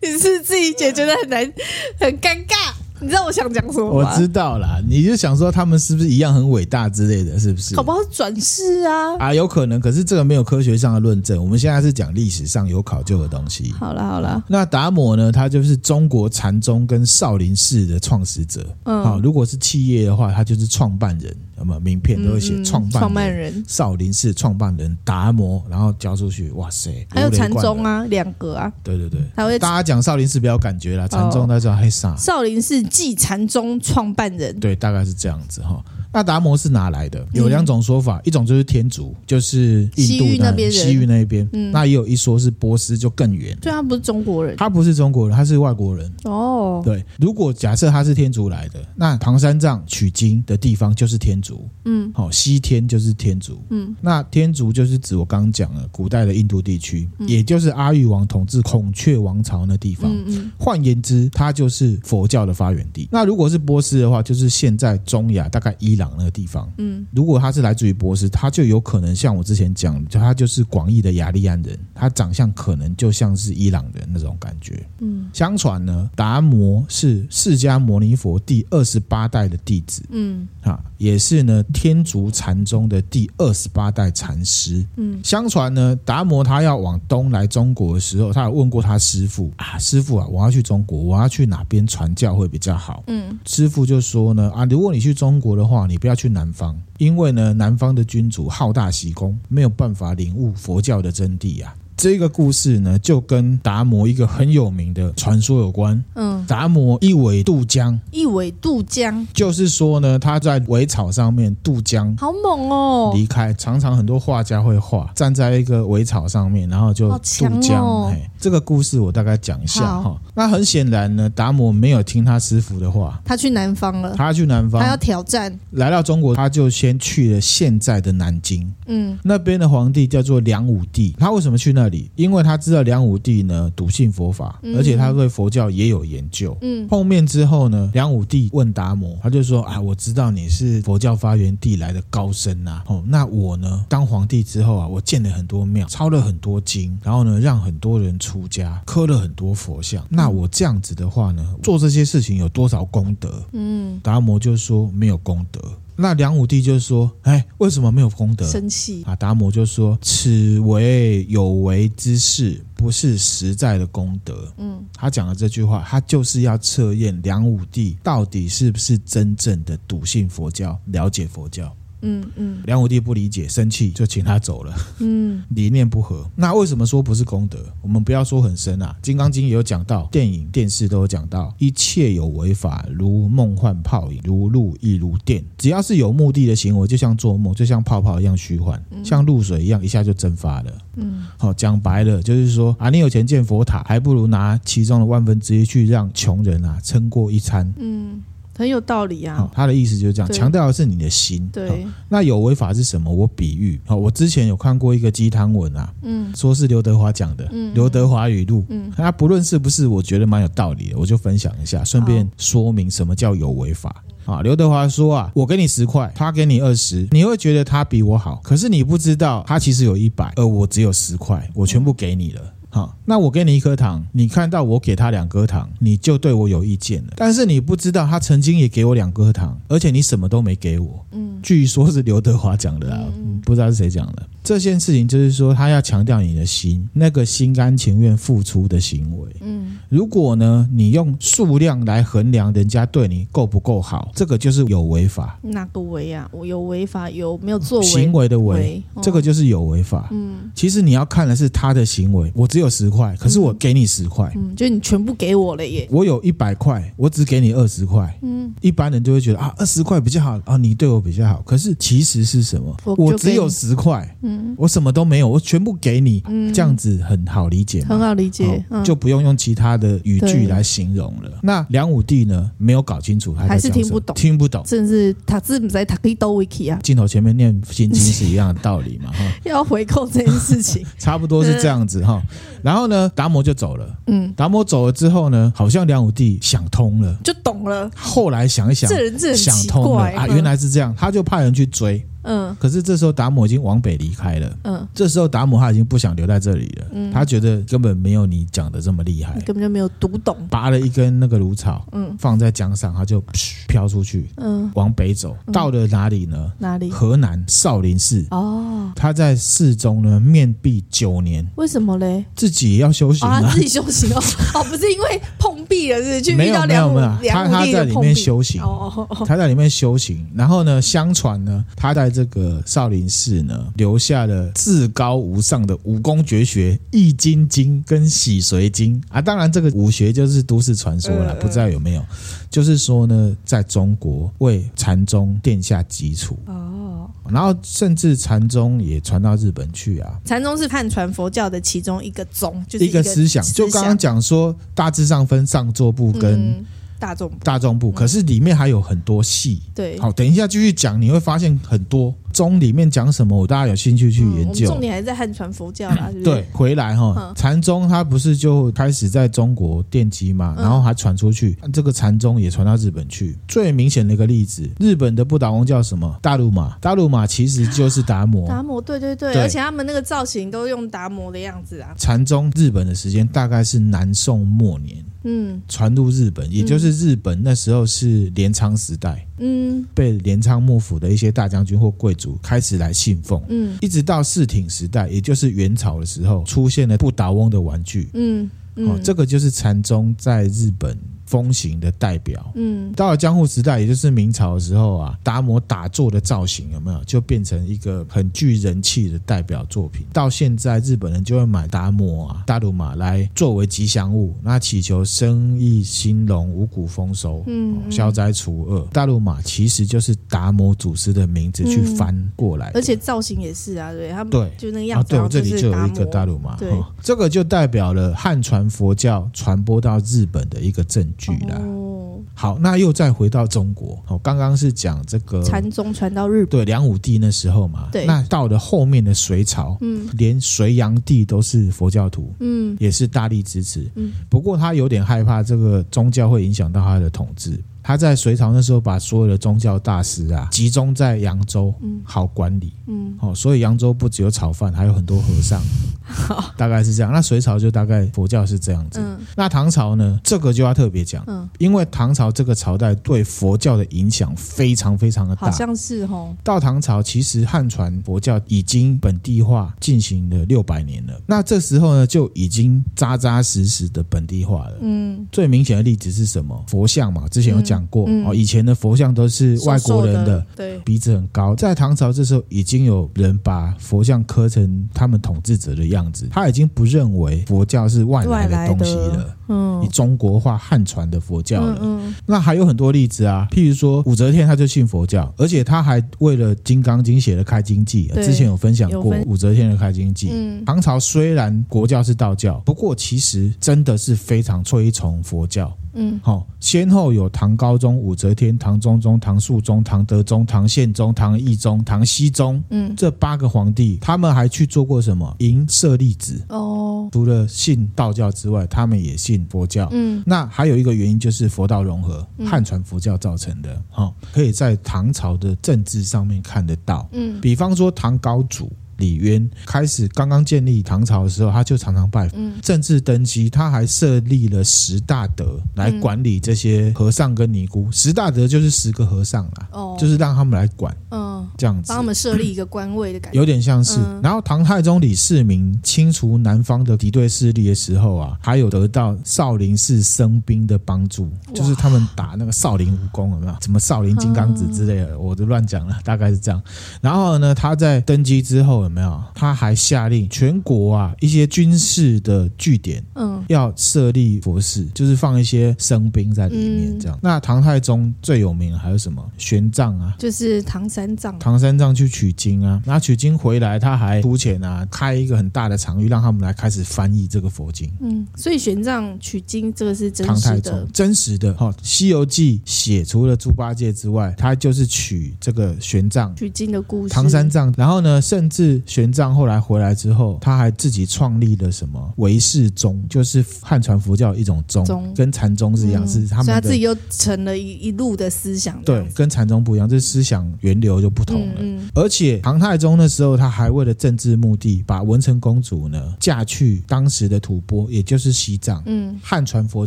[SPEAKER 2] 你是自己也觉得很难，很尴尬。你知道我想讲什么
[SPEAKER 1] 我
[SPEAKER 2] 吗？
[SPEAKER 1] 知道啦，你就想说他们是不是一样很伟大之类的，是不是？
[SPEAKER 2] 搞不好转世啊。
[SPEAKER 1] 啊，有可能，可是这个没有科学上的论证。我们现在是讲历史上有考究的东西。
[SPEAKER 2] 好啦好啦，
[SPEAKER 1] 那达摩呢？他就是中国禅宗跟少林寺的创始者。
[SPEAKER 2] 嗯
[SPEAKER 1] 好，如果是企业的话，他就是创办人。那么名片都会写
[SPEAKER 2] 嗯嗯
[SPEAKER 1] 创办人。
[SPEAKER 2] 创办人，
[SPEAKER 1] 少林寺创办人达摩，然后交出去，哇塞！
[SPEAKER 2] 还有
[SPEAKER 1] 如雷
[SPEAKER 2] 禅
[SPEAKER 1] 贯
[SPEAKER 2] 宗
[SPEAKER 1] 耳。
[SPEAKER 2] 啊，两个啊，
[SPEAKER 1] 对对对，
[SPEAKER 2] 还会
[SPEAKER 1] 大家讲少林寺比较有感觉
[SPEAKER 2] 哦
[SPEAKER 1] 啦，禅宗大家知道嘿啥？
[SPEAKER 2] 少林寺继禅宗创办人，
[SPEAKER 1] 对，大概是这样子哈。那达摩是哪来的？有两种说法，一种就是天竺，就是印度
[SPEAKER 2] 西域那边人
[SPEAKER 1] 西域那边。
[SPEAKER 2] 嗯
[SPEAKER 1] 那也有一说是波斯，就更远。
[SPEAKER 2] 对他不是中国人
[SPEAKER 1] 他不是中国人，他是外国人。
[SPEAKER 2] 哦，
[SPEAKER 1] 对，如果假设他是天竺来的，那唐三藏取经的地方就是天竺，
[SPEAKER 2] 嗯
[SPEAKER 1] 好、西天就是天竺，
[SPEAKER 2] 嗯，
[SPEAKER 1] 那天竺就是指我刚刚讲了古代的印度地区，也就是阿育王统治孔雀王朝那地方。
[SPEAKER 2] 嗯嗯，
[SPEAKER 1] 换言之，它就是佛教的发源地。那如果是波斯的话，就是现在中亚大概伊朗那个地方。
[SPEAKER 2] 嗯，
[SPEAKER 1] 如果他是来自于波斯，他就有可能像我之前讲，就他就是广义的雅利安人，他长相可能就像是伊朗人那种感觉。
[SPEAKER 2] 嗯，
[SPEAKER 1] 相传呢，达摩是释迦牟尼佛第二十八代的弟子
[SPEAKER 2] 嗯
[SPEAKER 1] 啊，也是呢天竺禅宗的第二十八代禅师。
[SPEAKER 2] 嗯，
[SPEAKER 1] 相传呢，达摩他要往东来中国的时候，他有问过他师傅啊，师傅啊，我要去中国，我要去哪边传教会比较好？
[SPEAKER 2] 嗯，
[SPEAKER 1] 师傅就说呢，啊，如果你去中国的话，你不要去南方，因为呢，南方的君主好大喜功，没有办法领悟佛教的真谛啊。这个故事呢，就跟达摩一个很有名的传说有关。
[SPEAKER 2] 嗯，
[SPEAKER 1] 达摩一苇渡江，
[SPEAKER 2] 一苇渡江，
[SPEAKER 1] 就是说呢，他在苇草上面渡江
[SPEAKER 2] 好猛哦！
[SPEAKER 1] 离开。常常很多画家会画，站在一个苇草上面，然后就
[SPEAKER 2] 好强
[SPEAKER 1] 渡江。
[SPEAKER 2] 哦
[SPEAKER 1] 嘿这个故事我大概讲一下
[SPEAKER 2] 好
[SPEAKER 1] 哈。那很显然呢，达摩没有听他师傅的话，
[SPEAKER 2] 他去南方了，
[SPEAKER 1] 他去南
[SPEAKER 2] 他要
[SPEAKER 1] 方，
[SPEAKER 2] 挑战。
[SPEAKER 1] 来到中国，他就先去了现在的南京。
[SPEAKER 2] 嗯
[SPEAKER 1] 那边的皇帝叫做梁武帝，他为什么去那里？因为他知道梁武帝呢笃信佛法，
[SPEAKER 2] 嗯
[SPEAKER 1] 而且他对佛教也有研究。
[SPEAKER 2] 嗯
[SPEAKER 1] 后面之后呢，梁武帝问达摩，他就说啊，我知道你是佛教发源地来的高僧呐、哦，那我呢当皇帝之后啊，我建了很多庙，抄了很多经，然后呢让很多人出家，刻了很多佛像。
[SPEAKER 2] 嗯
[SPEAKER 1] 那我这样子的话呢，做这些事情有多少功德？
[SPEAKER 2] 嗯，
[SPEAKER 1] 达摩就说没有功德。那梁武帝就说，哎，为什么没有功德？
[SPEAKER 2] 生气。
[SPEAKER 1] 啊，达摩就说：“此为有为之事，不是实在的功德。”
[SPEAKER 2] 嗯，
[SPEAKER 1] 他讲的这句话，他就是要测验梁武帝到底是不是真正的笃信佛教、了解佛教。
[SPEAKER 2] 嗯嗯
[SPEAKER 1] 梁武帝不理解，生气就请他走了，
[SPEAKER 2] 嗯
[SPEAKER 1] 理念不合。那为什么说不是功德？我们不要说很深啊，《金刚经》也有讲到，电影、电视都有讲到，一切有为法，如梦幻泡影，如露亦如电。只要是有目的的行为，就像做梦，就像泡泡一样虚幻，像露水一样，一下就蒸发了。
[SPEAKER 2] 嗯，
[SPEAKER 1] 好、讲白了就是说啊，你有钱建佛塔，还不如拿其中的万分之一去让穷人啊撑过一餐。
[SPEAKER 2] 嗯，很有道理
[SPEAKER 1] 好、
[SPEAKER 2] 啊。
[SPEAKER 1] 他的意思就是这样，
[SPEAKER 2] 对
[SPEAKER 1] 强调的是你的心。好
[SPEAKER 2] 对，
[SPEAKER 1] 那有为法是什么？我比喻。好、我之前有看过一个鸡汤文啊，
[SPEAKER 2] 嗯
[SPEAKER 1] 说是刘德华讲的，
[SPEAKER 2] 嗯
[SPEAKER 1] 刘德华语录。
[SPEAKER 2] 嗯
[SPEAKER 1] 那不论是不是，我觉得蛮有道理的，我就分享一下，顺便
[SPEAKER 2] 好
[SPEAKER 1] 说明什么叫有为法。啊，刘德华说啊，我给你十块，他给你二十，你会觉得他比我好，可是你不知道他其实有一百，而我只有十块，我全部给你了。好，那我给你一颗糖，你看到我给他两颗糖，你就对我有意见了。但是你不知道他曾经也给我两颗糖，而且你什么都没给我。
[SPEAKER 2] 嗯
[SPEAKER 1] 据说是刘德华讲的啊，嗯不知道是谁讲的。这件事情就是说，他要强调你的心，那个心甘情愿付出的行为。
[SPEAKER 2] 嗯
[SPEAKER 1] 如果呢，你用数量来衡量人家对你够不够好，这个就是有违法
[SPEAKER 2] 哪个为啊？我有违法，有没有作
[SPEAKER 1] 行
[SPEAKER 2] 为？
[SPEAKER 1] 为的违，
[SPEAKER 2] 为
[SPEAKER 1] 这个就是有违法。
[SPEAKER 2] 嗯
[SPEAKER 1] 其实你要看的是他的行为，我只有十块，可是我给你十块，
[SPEAKER 2] 嗯，就你全部给我了耶。
[SPEAKER 1] 我有一百块，我只给你二十块。
[SPEAKER 2] 嗯，
[SPEAKER 1] 一般人就会觉得啊，二十块比较好啊，你对我比较好。可是其实是什么？
[SPEAKER 2] 我
[SPEAKER 1] 我
[SPEAKER 2] 就
[SPEAKER 1] 只
[SPEAKER 2] 给
[SPEAKER 1] 有
[SPEAKER 2] 你
[SPEAKER 1] 十块，
[SPEAKER 2] 嗯，
[SPEAKER 1] 我什么都没有，我全部给你，
[SPEAKER 2] 嗯
[SPEAKER 1] 这样子很好理解吗？
[SPEAKER 2] 很好理解。
[SPEAKER 1] 哦
[SPEAKER 2] 嗯，
[SPEAKER 1] 就不用用其他的语句
[SPEAKER 2] 对
[SPEAKER 1] 来形容了。那梁武帝呢，没有搞清楚他在
[SPEAKER 2] 还是
[SPEAKER 1] 讲什么
[SPEAKER 2] 听不懂
[SPEAKER 1] 听不懂。
[SPEAKER 2] 真是他字不在他可以都 wiki 啊，
[SPEAKER 1] 镜头前面念心经是一样的道理嘛，哈，
[SPEAKER 2] 要回扣这件 事情。
[SPEAKER 1] 差不多是这样子哈。然后呢，达摩就走了。
[SPEAKER 2] 嗯，
[SPEAKER 1] 达摩走了之后呢，好像梁武帝想通了，
[SPEAKER 2] 就懂了。
[SPEAKER 1] 后来想一想，
[SPEAKER 2] 这人真的很
[SPEAKER 1] 想
[SPEAKER 2] 奇
[SPEAKER 1] 通了
[SPEAKER 2] 怪
[SPEAKER 1] 啊，
[SPEAKER 2] 嗯
[SPEAKER 1] 原来是这样，他就派人去追。
[SPEAKER 2] 嗯
[SPEAKER 1] 可是这时候达摩已经往北离开了。
[SPEAKER 2] 嗯，
[SPEAKER 1] 这时候达摩他已经不想留在这里了，他觉得根本没有你讲的这么厉害
[SPEAKER 2] 你，根本就没有读懂。
[SPEAKER 1] 拔了一根那个芦草，
[SPEAKER 2] 嗯
[SPEAKER 1] 放在江上，他就噗飘出去，
[SPEAKER 2] 嗯，
[SPEAKER 1] 往北走，到了哪里呢？
[SPEAKER 2] 哪里？
[SPEAKER 1] 河南少林寺。
[SPEAKER 2] 哦，
[SPEAKER 1] 他在寺中呢面壁九年，
[SPEAKER 2] 为什么嘞？
[SPEAKER 1] 自己也要修行
[SPEAKER 2] 啊，
[SPEAKER 1] 啊
[SPEAKER 2] 他。自己修 行哦，哦，不是因为碰壁了，是去
[SPEAKER 1] 没
[SPEAKER 2] 遇
[SPEAKER 1] 有
[SPEAKER 2] 到
[SPEAKER 1] 没
[SPEAKER 2] 梁
[SPEAKER 1] 有
[SPEAKER 2] 武
[SPEAKER 1] 没有，他
[SPEAKER 2] 梁武
[SPEAKER 1] 他
[SPEAKER 2] 帝
[SPEAKER 1] 在
[SPEAKER 2] 的
[SPEAKER 1] 里
[SPEAKER 2] 碰
[SPEAKER 1] 面
[SPEAKER 2] 壁。
[SPEAKER 1] 修行，
[SPEAKER 2] 哦哦 哦，
[SPEAKER 1] 他在里面修行。然后呢，相传呢，他在这个少林寺呢留下了至高无上的武功绝学《易筋经》跟《洗髓经》啊。当然，这个武学就是都市传说了，
[SPEAKER 2] 嗯嗯
[SPEAKER 1] 不知道有没有。就是说呢，在中国为禅宗奠下基础。
[SPEAKER 2] 哦，
[SPEAKER 1] 然后甚至禅宗也传到日本去啊。
[SPEAKER 2] 禅宗是汉传佛教的其中一个宗，就是
[SPEAKER 1] 一个思想，就刚刚讲说，大致上分上座部跟
[SPEAKER 2] 嗯大众
[SPEAKER 1] 大众部，可是里面还有很多细。
[SPEAKER 2] 对。
[SPEAKER 1] 好，等一下继续讲，你会发现很多宗里面讲什么，我大家有兴趣去
[SPEAKER 2] 嗯
[SPEAKER 1] 研
[SPEAKER 2] 我们
[SPEAKER 1] 究
[SPEAKER 2] 重。点还是在汉传佛教啦，是不是
[SPEAKER 1] 对，，回来哈
[SPEAKER 2] 嗯，
[SPEAKER 1] 禅宗它不是就开始在中国奠基嘛，
[SPEAKER 2] 嗯
[SPEAKER 1] 然后还传出去，这个禅宗也传到日本去。最明显的一个例子，日本的不倒翁叫什么？大陆马，大陆马其实就是达摩。
[SPEAKER 2] 达摩，对对对，
[SPEAKER 1] 对
[SPEAKER 2] 而且他们那个造型都用达摩的样子啊，
[SPEAKER 1] 禅宗日本的时间大概是南宋末年，
[SPEAKER 2] 嗯
[SPEAKER 1] 传入日本，也就是日本那时候是镰仓时代，
[SPEAKER 2] 嗯
[SPEAKER 1] 被镰仓幕府的一些大将军或贵族开始来信奉，
[SPEAKER 2] 嗯
[SPEAKER 1] 一直到室町时代，也就是元朝的时候，出现了不倒翁的玩具。
[SPEAKER 2] 嗯
[SPEAKER 1] 哦
[SPEAKER 2] 嗯，，
[SPEAKER 1] 这个就是禅宗在日本风行的代表。
[SPEAKER 2] 嗯，
[SPEAKER 1] 到了江户时代，也就是明朝的时候啊，达摩打坐的造型有没有就变成一个很具人气的代表作品？到现在，日本人就会买达摩啊、大鲁马来作为吉祥物，那祈求生意兴隆、五谷丰收、
[SPEAKER 2] 嗯
[SPEAKER 1] 哦消灾除恶。大鲁马其实就是达摩祖师的名字去翻过来的，
[SPEAKER 2] 而且造型也是啊，对，他们
[SPEAKER 1] 对
[SPEAKER 2] 就那个
[SPEAKER 1] 啊，
[SPEAKER 2] 样子，
[SPEAKER 1] 对，
[SPEAKER 2] 然
[SPEAKER 1] 我
[SPEAKER 2] 后
[SPEAKER 1] 这里
[SPEAKER 2] 是
[SPEAKER 1] 就有
[SPEAKER 2] 达
[SPEAKER 1] 一个
[SPEAKER 2] 摩
[SPEAKER 1] 大鲁马，
[SPEAKER 2] 对
[SPEAKER 1] 哈这个就代表了汉传佛教传播到日本的一个证据啦。
[SPEAKER 2] 哦，
[SPEAKER 1] 好，那又再回到中国，哦，刚刚是讲这个
[SPEAKER 2] 禅宗传到日本，
[SPEAKER 1] 对梁武帝那时候嘛，
[SPEAKER 2] 对
[SPEAKER 1] 那到了后面的隋朝，
[SPEAKER 2] 嗯
[SPEAKER 1] 连隋炀帝都是佛教徒，
[SPEAKER 2] 嗯
[SPEAKER 1] 也是大力支持。
[SPEAKER 2] 嗯，
[SPEAKER 1] 不过他有点害怕这个宗教会影响到他的统治。他在隋朝那时候把所有的宗教大师啊集中在扬州，
[SPEAKER 2] 嗯
[SPEAKER 1] 好管理。
[SPEAKER 2] 嗯，
[SPEAKER 1] 哦，所以扬州不只有炒饭，还有很多和 尚，
[SPEAKER 2] 好，
[SPEAKER 1] 大概是这样。那隋朝就大概佛教是这样子。
[SPEAKER 2] 嗯
[SPEAKER 1] 那唐朝呢，这个就要特别讲，
[SPEAKER 2] 嗯，
[SPEAKER 1] 因为唐朝这个朝代对佛教的影响非常非常的
[SPEAKER 2] 好
[SPEAKER 1] 大。
[SPEAKER 2] 像是哦，
[SPEAKER 1] 到唐朝，其实汉传佛教已经本地化进行了六百年了。那这时候呢，就已经扎扎实实的本地化了。
[SPEAKER 2] 嗯
[SPEAKER 1] 最明显的例子是什么？佛像嘛，之前有讲过、
[SPEAKER 2] 嗯嗯
[SPEAKER 1] 哦。以前的佛像都是外国人
[SPEAKER 2] 瘦瘦
[SPEAKER 1] 的
[SPEAKER 2] 的，对，
[SPEAKER 1] 鼻子很高。在唐朝这时候，已经有人把佛像刻成他们统治者的样子，他已经不认为佛教是外来的东西
[SPEAKER 2] 外来
[SPEAKER 1] 了
[SPEAKER 2] 的，嗯
[SPEAKER 1] 你中国化汉传的佛教了。
[SPEAKER 2] 嗯
[SPEAKER 1] 那还有很多例子啊，譬如说武则天，她就信佛教，而且她还为了《金刚经》写了《开经记》，
[SPEAKER 2] 对
[SPEAKER 1] 之前有分享
[SPEAKER 2] 有
[SPEAKER 1] 过
[SPEAKER 2] 分
[SPEAKER 1] 武则天的《开经记》
[SPEAKER 2] 嗯
[SPEAKER 1] 唐朝虽然国教是道教，不过其实真的是非常推崇佛教。
[SPEAKER 2] 嗯
[SPEAKER 1] 好、先后有唐高宗、武则天、唐中宗、唐肃宗、唐德宗、唐宪宗、唐懿宗、唐僖宗
[SPEAKER 2] 嗯
[SPEAKER 1] 这八个皇帝，他们还去做过什么？迎舍利子。
[SPEAKER 2] 嗯，哦，
[SPEAKER 1] 除了信道教之外，他们也信佛教。
[SPEAKER 2] 嗯
[SPEAKER 1] 那还有一个原因就是佛道融合，
[SPEAKER 2] 嗯
[SPEAKER 1] 汉传佛教造成的，哦，可以在唐朝的政治上面看得到。
[SPEAKER 2] 嗯
[SPEAKER 1] 比方说唐高祖李渊开始刚刚建立唐朝的时候，他就常常拜访。
[SPEAKER 2] 嗯
[SPEAKER 1] 政治登基，他还设立了十大德来管理这些和尚跟尼姑。十大德就是十个和尚啦，
[SPEAKER 2] 哦，
[SPEAKER 1] 就是让他们来管
[SPEAKER 2] 嗯，
[SPEAKER 1] 这样子
[SPEAKER 2] 帮他。们设立一个官位的感觉，
[SPEAKER 1] 有点像是。
[SPEAKER 2] 嗯
[SPEAKER 1] 然后唐太宗李世民清除南方的敌对势力的时候啊，还有得到少林寺僧兵的帮助，就是他们打那个少林武功有没有？什么少林
[SPEAKER 2] 嗯
[SPEAKER 1] 金刚指之类的，我就乱讲了，大概是这样。然后呢，他在登基之后有没有？他还下令全国啊一些军事的据点
[SPEAKER 2] 嗯
[SPEAKER 1] 要设立佛寺，就是放一些僧兵在里面
[SPEAKER 2] 嗯
[SPEAKER 1] 这样。那唐太宗最有名的还有什么？玄奘啊，
[SPEAKER 2] 就是唐三藏，
[SPEAKER 1] 唐三藏去取经啊，那取经回来，他还出钱啊，开一个很大的场域，让他们来开始翻译这个佛经。
[SPEAKER 2] 嗯，所以玄奘取经这个是真
[SPEAKER 1] 唐太
[SPEAKER 2] 实
[SPEAKER 1] 宗
[SPEAKER 2] 的，
[SPEAKER 1] 真实的哈，哦《西游记》写除了猪八戒之外，他就是取这个玄奘、
[SPEAKER 2] 取经的故事，
[SPEAKER 1] 唐三藏。然后呢，甚至玄奘后来回来之后，他还自己创立了什么唯识宗，就是汉传佛教的一种宗，
[SPEAKER 2] 宗
[SPEAKER 1] 跟禅宗是一样，
[SPEAKER 2] 嗯
[SPEAKER 1] 是他
[SPEAKER 2] 所
[SPEAKER 1] 们
[SPEAKER 2] 以他自
[SPEAKER 1] 的
[SPEAKER 2] 己又成了一一路的思想这
[SPEAKER 1] 对
[SPEAKER 2] 样子，，
[SPEAKER 1] 跟禅宗不一样，这思想源流就不同了。
[SPEAKER 2] 嗯嗯，
[SPEAKER 1] 而且唐太宗那时候，他还为了政治目的，把文成公主呢嫁去当时的吐蕃，也就是西藏。
[SPEAKER 2] 嗯
[SPEAKER 1] 汉传佛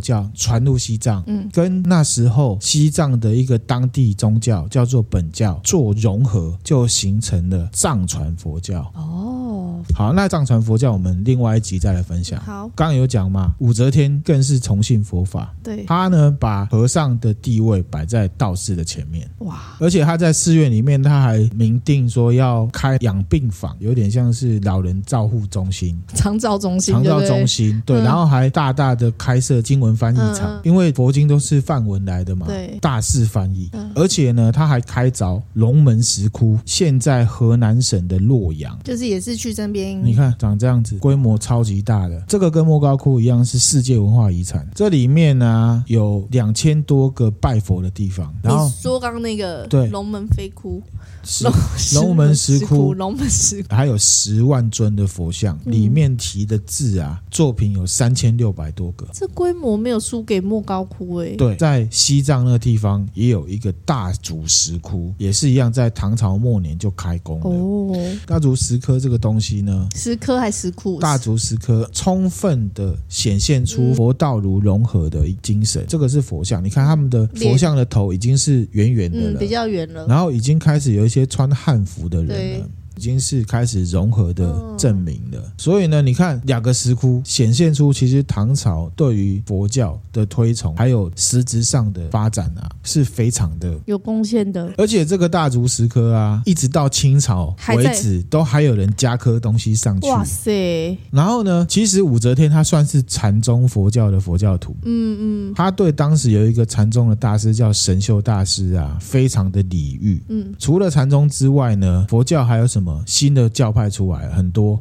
[SPEAKER 1] 教传入西藏，
[SPEAKER 2] 嗯
[SPEAKER 1] 跟那时候西藏的一个当地宗教叫做本教做融合，就形成了藏传佛教。
[SPEAKER 2] 哦，
[SPEAKER 1] 好，那藏传佛教我们另外一集再来分享。
[SPEAKER 2] 好，
[SPEAKER 1] 刚刚有讲嘛，武则天更是崇信佛法，
[SPEAKER 2] 对，
[SPEAKER 1] 她呢把和尚的地位摆在道士的前面。
[SPEAKER 2] 哇，
[SPEAKER 1] 而且他在寺院里面，他还明定说要开养病房，有点像是老人照护中心、
[SPEAKER 2] 长照中心，
[SPEAKER 1] 长
[SPEAKER 2] 对
[SPEAKER 1] 照
[SPEAKER 2] 不对
[SPEAKER 1] 中，心，对，
[SPEAKER 2] 嗯
[SPEAKER 1] 然后还大大的开设经文翻译场，
[SPEAKER 2] 嗯嗯
[SPEAKER 1] 因为佛经都是梵文来的嘛，
[SPEAKER 2] 对
[SPEAKER 1] 大肆翻译。
[SPEAKER 2] 嗯
[SPEAKER 1] 而且呢，他还开凿龙门石窟，现在河南省的洛阳。
[SPEAKER 2] 就是也是去这边，
[SPEAKER 1] 你看长这样子，规模超级大的，这个跟莫高窟一样是世界文化遗产。这里面呢有两千多个拜佛的地方，然后
[SPEAKER 2] 你说刚刚那个
[SPEAKER 1] 对
[SPEAKER 2] 龙门飞窟、
[SPEAKER 1] 石
[SPEAKER 2] 龙
[SPEAKER 1] 龙门石窟
[SPEAKER 2] 窟、龙门石窟，
[SPEAKER 1] 还有十万尊的佛像，
[SPEAKER 2] 嗯
[SPEAKER 1] 里面提的字啊，作品有三千六百多个。
[SPEAKER 2] 这规模没有输给莫高窟哎、欸，
[SPEAKER 1] 对，在西藏那地方也有一个大足石窟，也是一样，在唐朝末年就开工了。
[SPEAKER 2] 哦，
[SPEAKER 1] 大足石刻这个东西呢，
[SPEAKER 2] 石刻还石窟，
[SPEAKER 1] 大足石刻充分的显现
[SPEAKER 2] 嗯
[SPEAKER 1] 出佛道儒融合的精神。这个是佛像，你看他们的佛像的头已经是圆圆的
[SPEAKER 2] 嗯
[SPEAKER 1] 了，
[SPEAKER 2] 比较远了，
[SPEAKER 1] 然后已经开始有一些穿汉服的人
[SPEAKER 2] 对
[SPEAKER 1] 了。已经是开始融合的证明了。嗯所以呢，你看两个石窟显现出其实唐朝对于佛教的推崇，还有实质上的发展啊，是非常的。
[SPEAKER 2] 有贡献的，
[SPEAKER 1] 而且这个大足石刻啊，一直到清朝
[SPEAKER 2] 还
[SPEAKER 1] 为
[SPEAKER 2] 在
[SPEAKER 1] 止，都还有人加刻东西上去。
[SPEAKER 2] 哇塞，
[SPEAKER 1] 然后呢，其实武则天她算是禅宗佛教的佛教徒，
[SPEAKER 2] 嗯嗯
[SPEAKER 1] 她对当时有一个禅宗的大师叫神秀大师啊，非常的礼遇。
[SPEAKER 2] 嗯，
[SPEAKER 1] 除了禅宗之外呢，佛教还有什么新的教派出来？很多，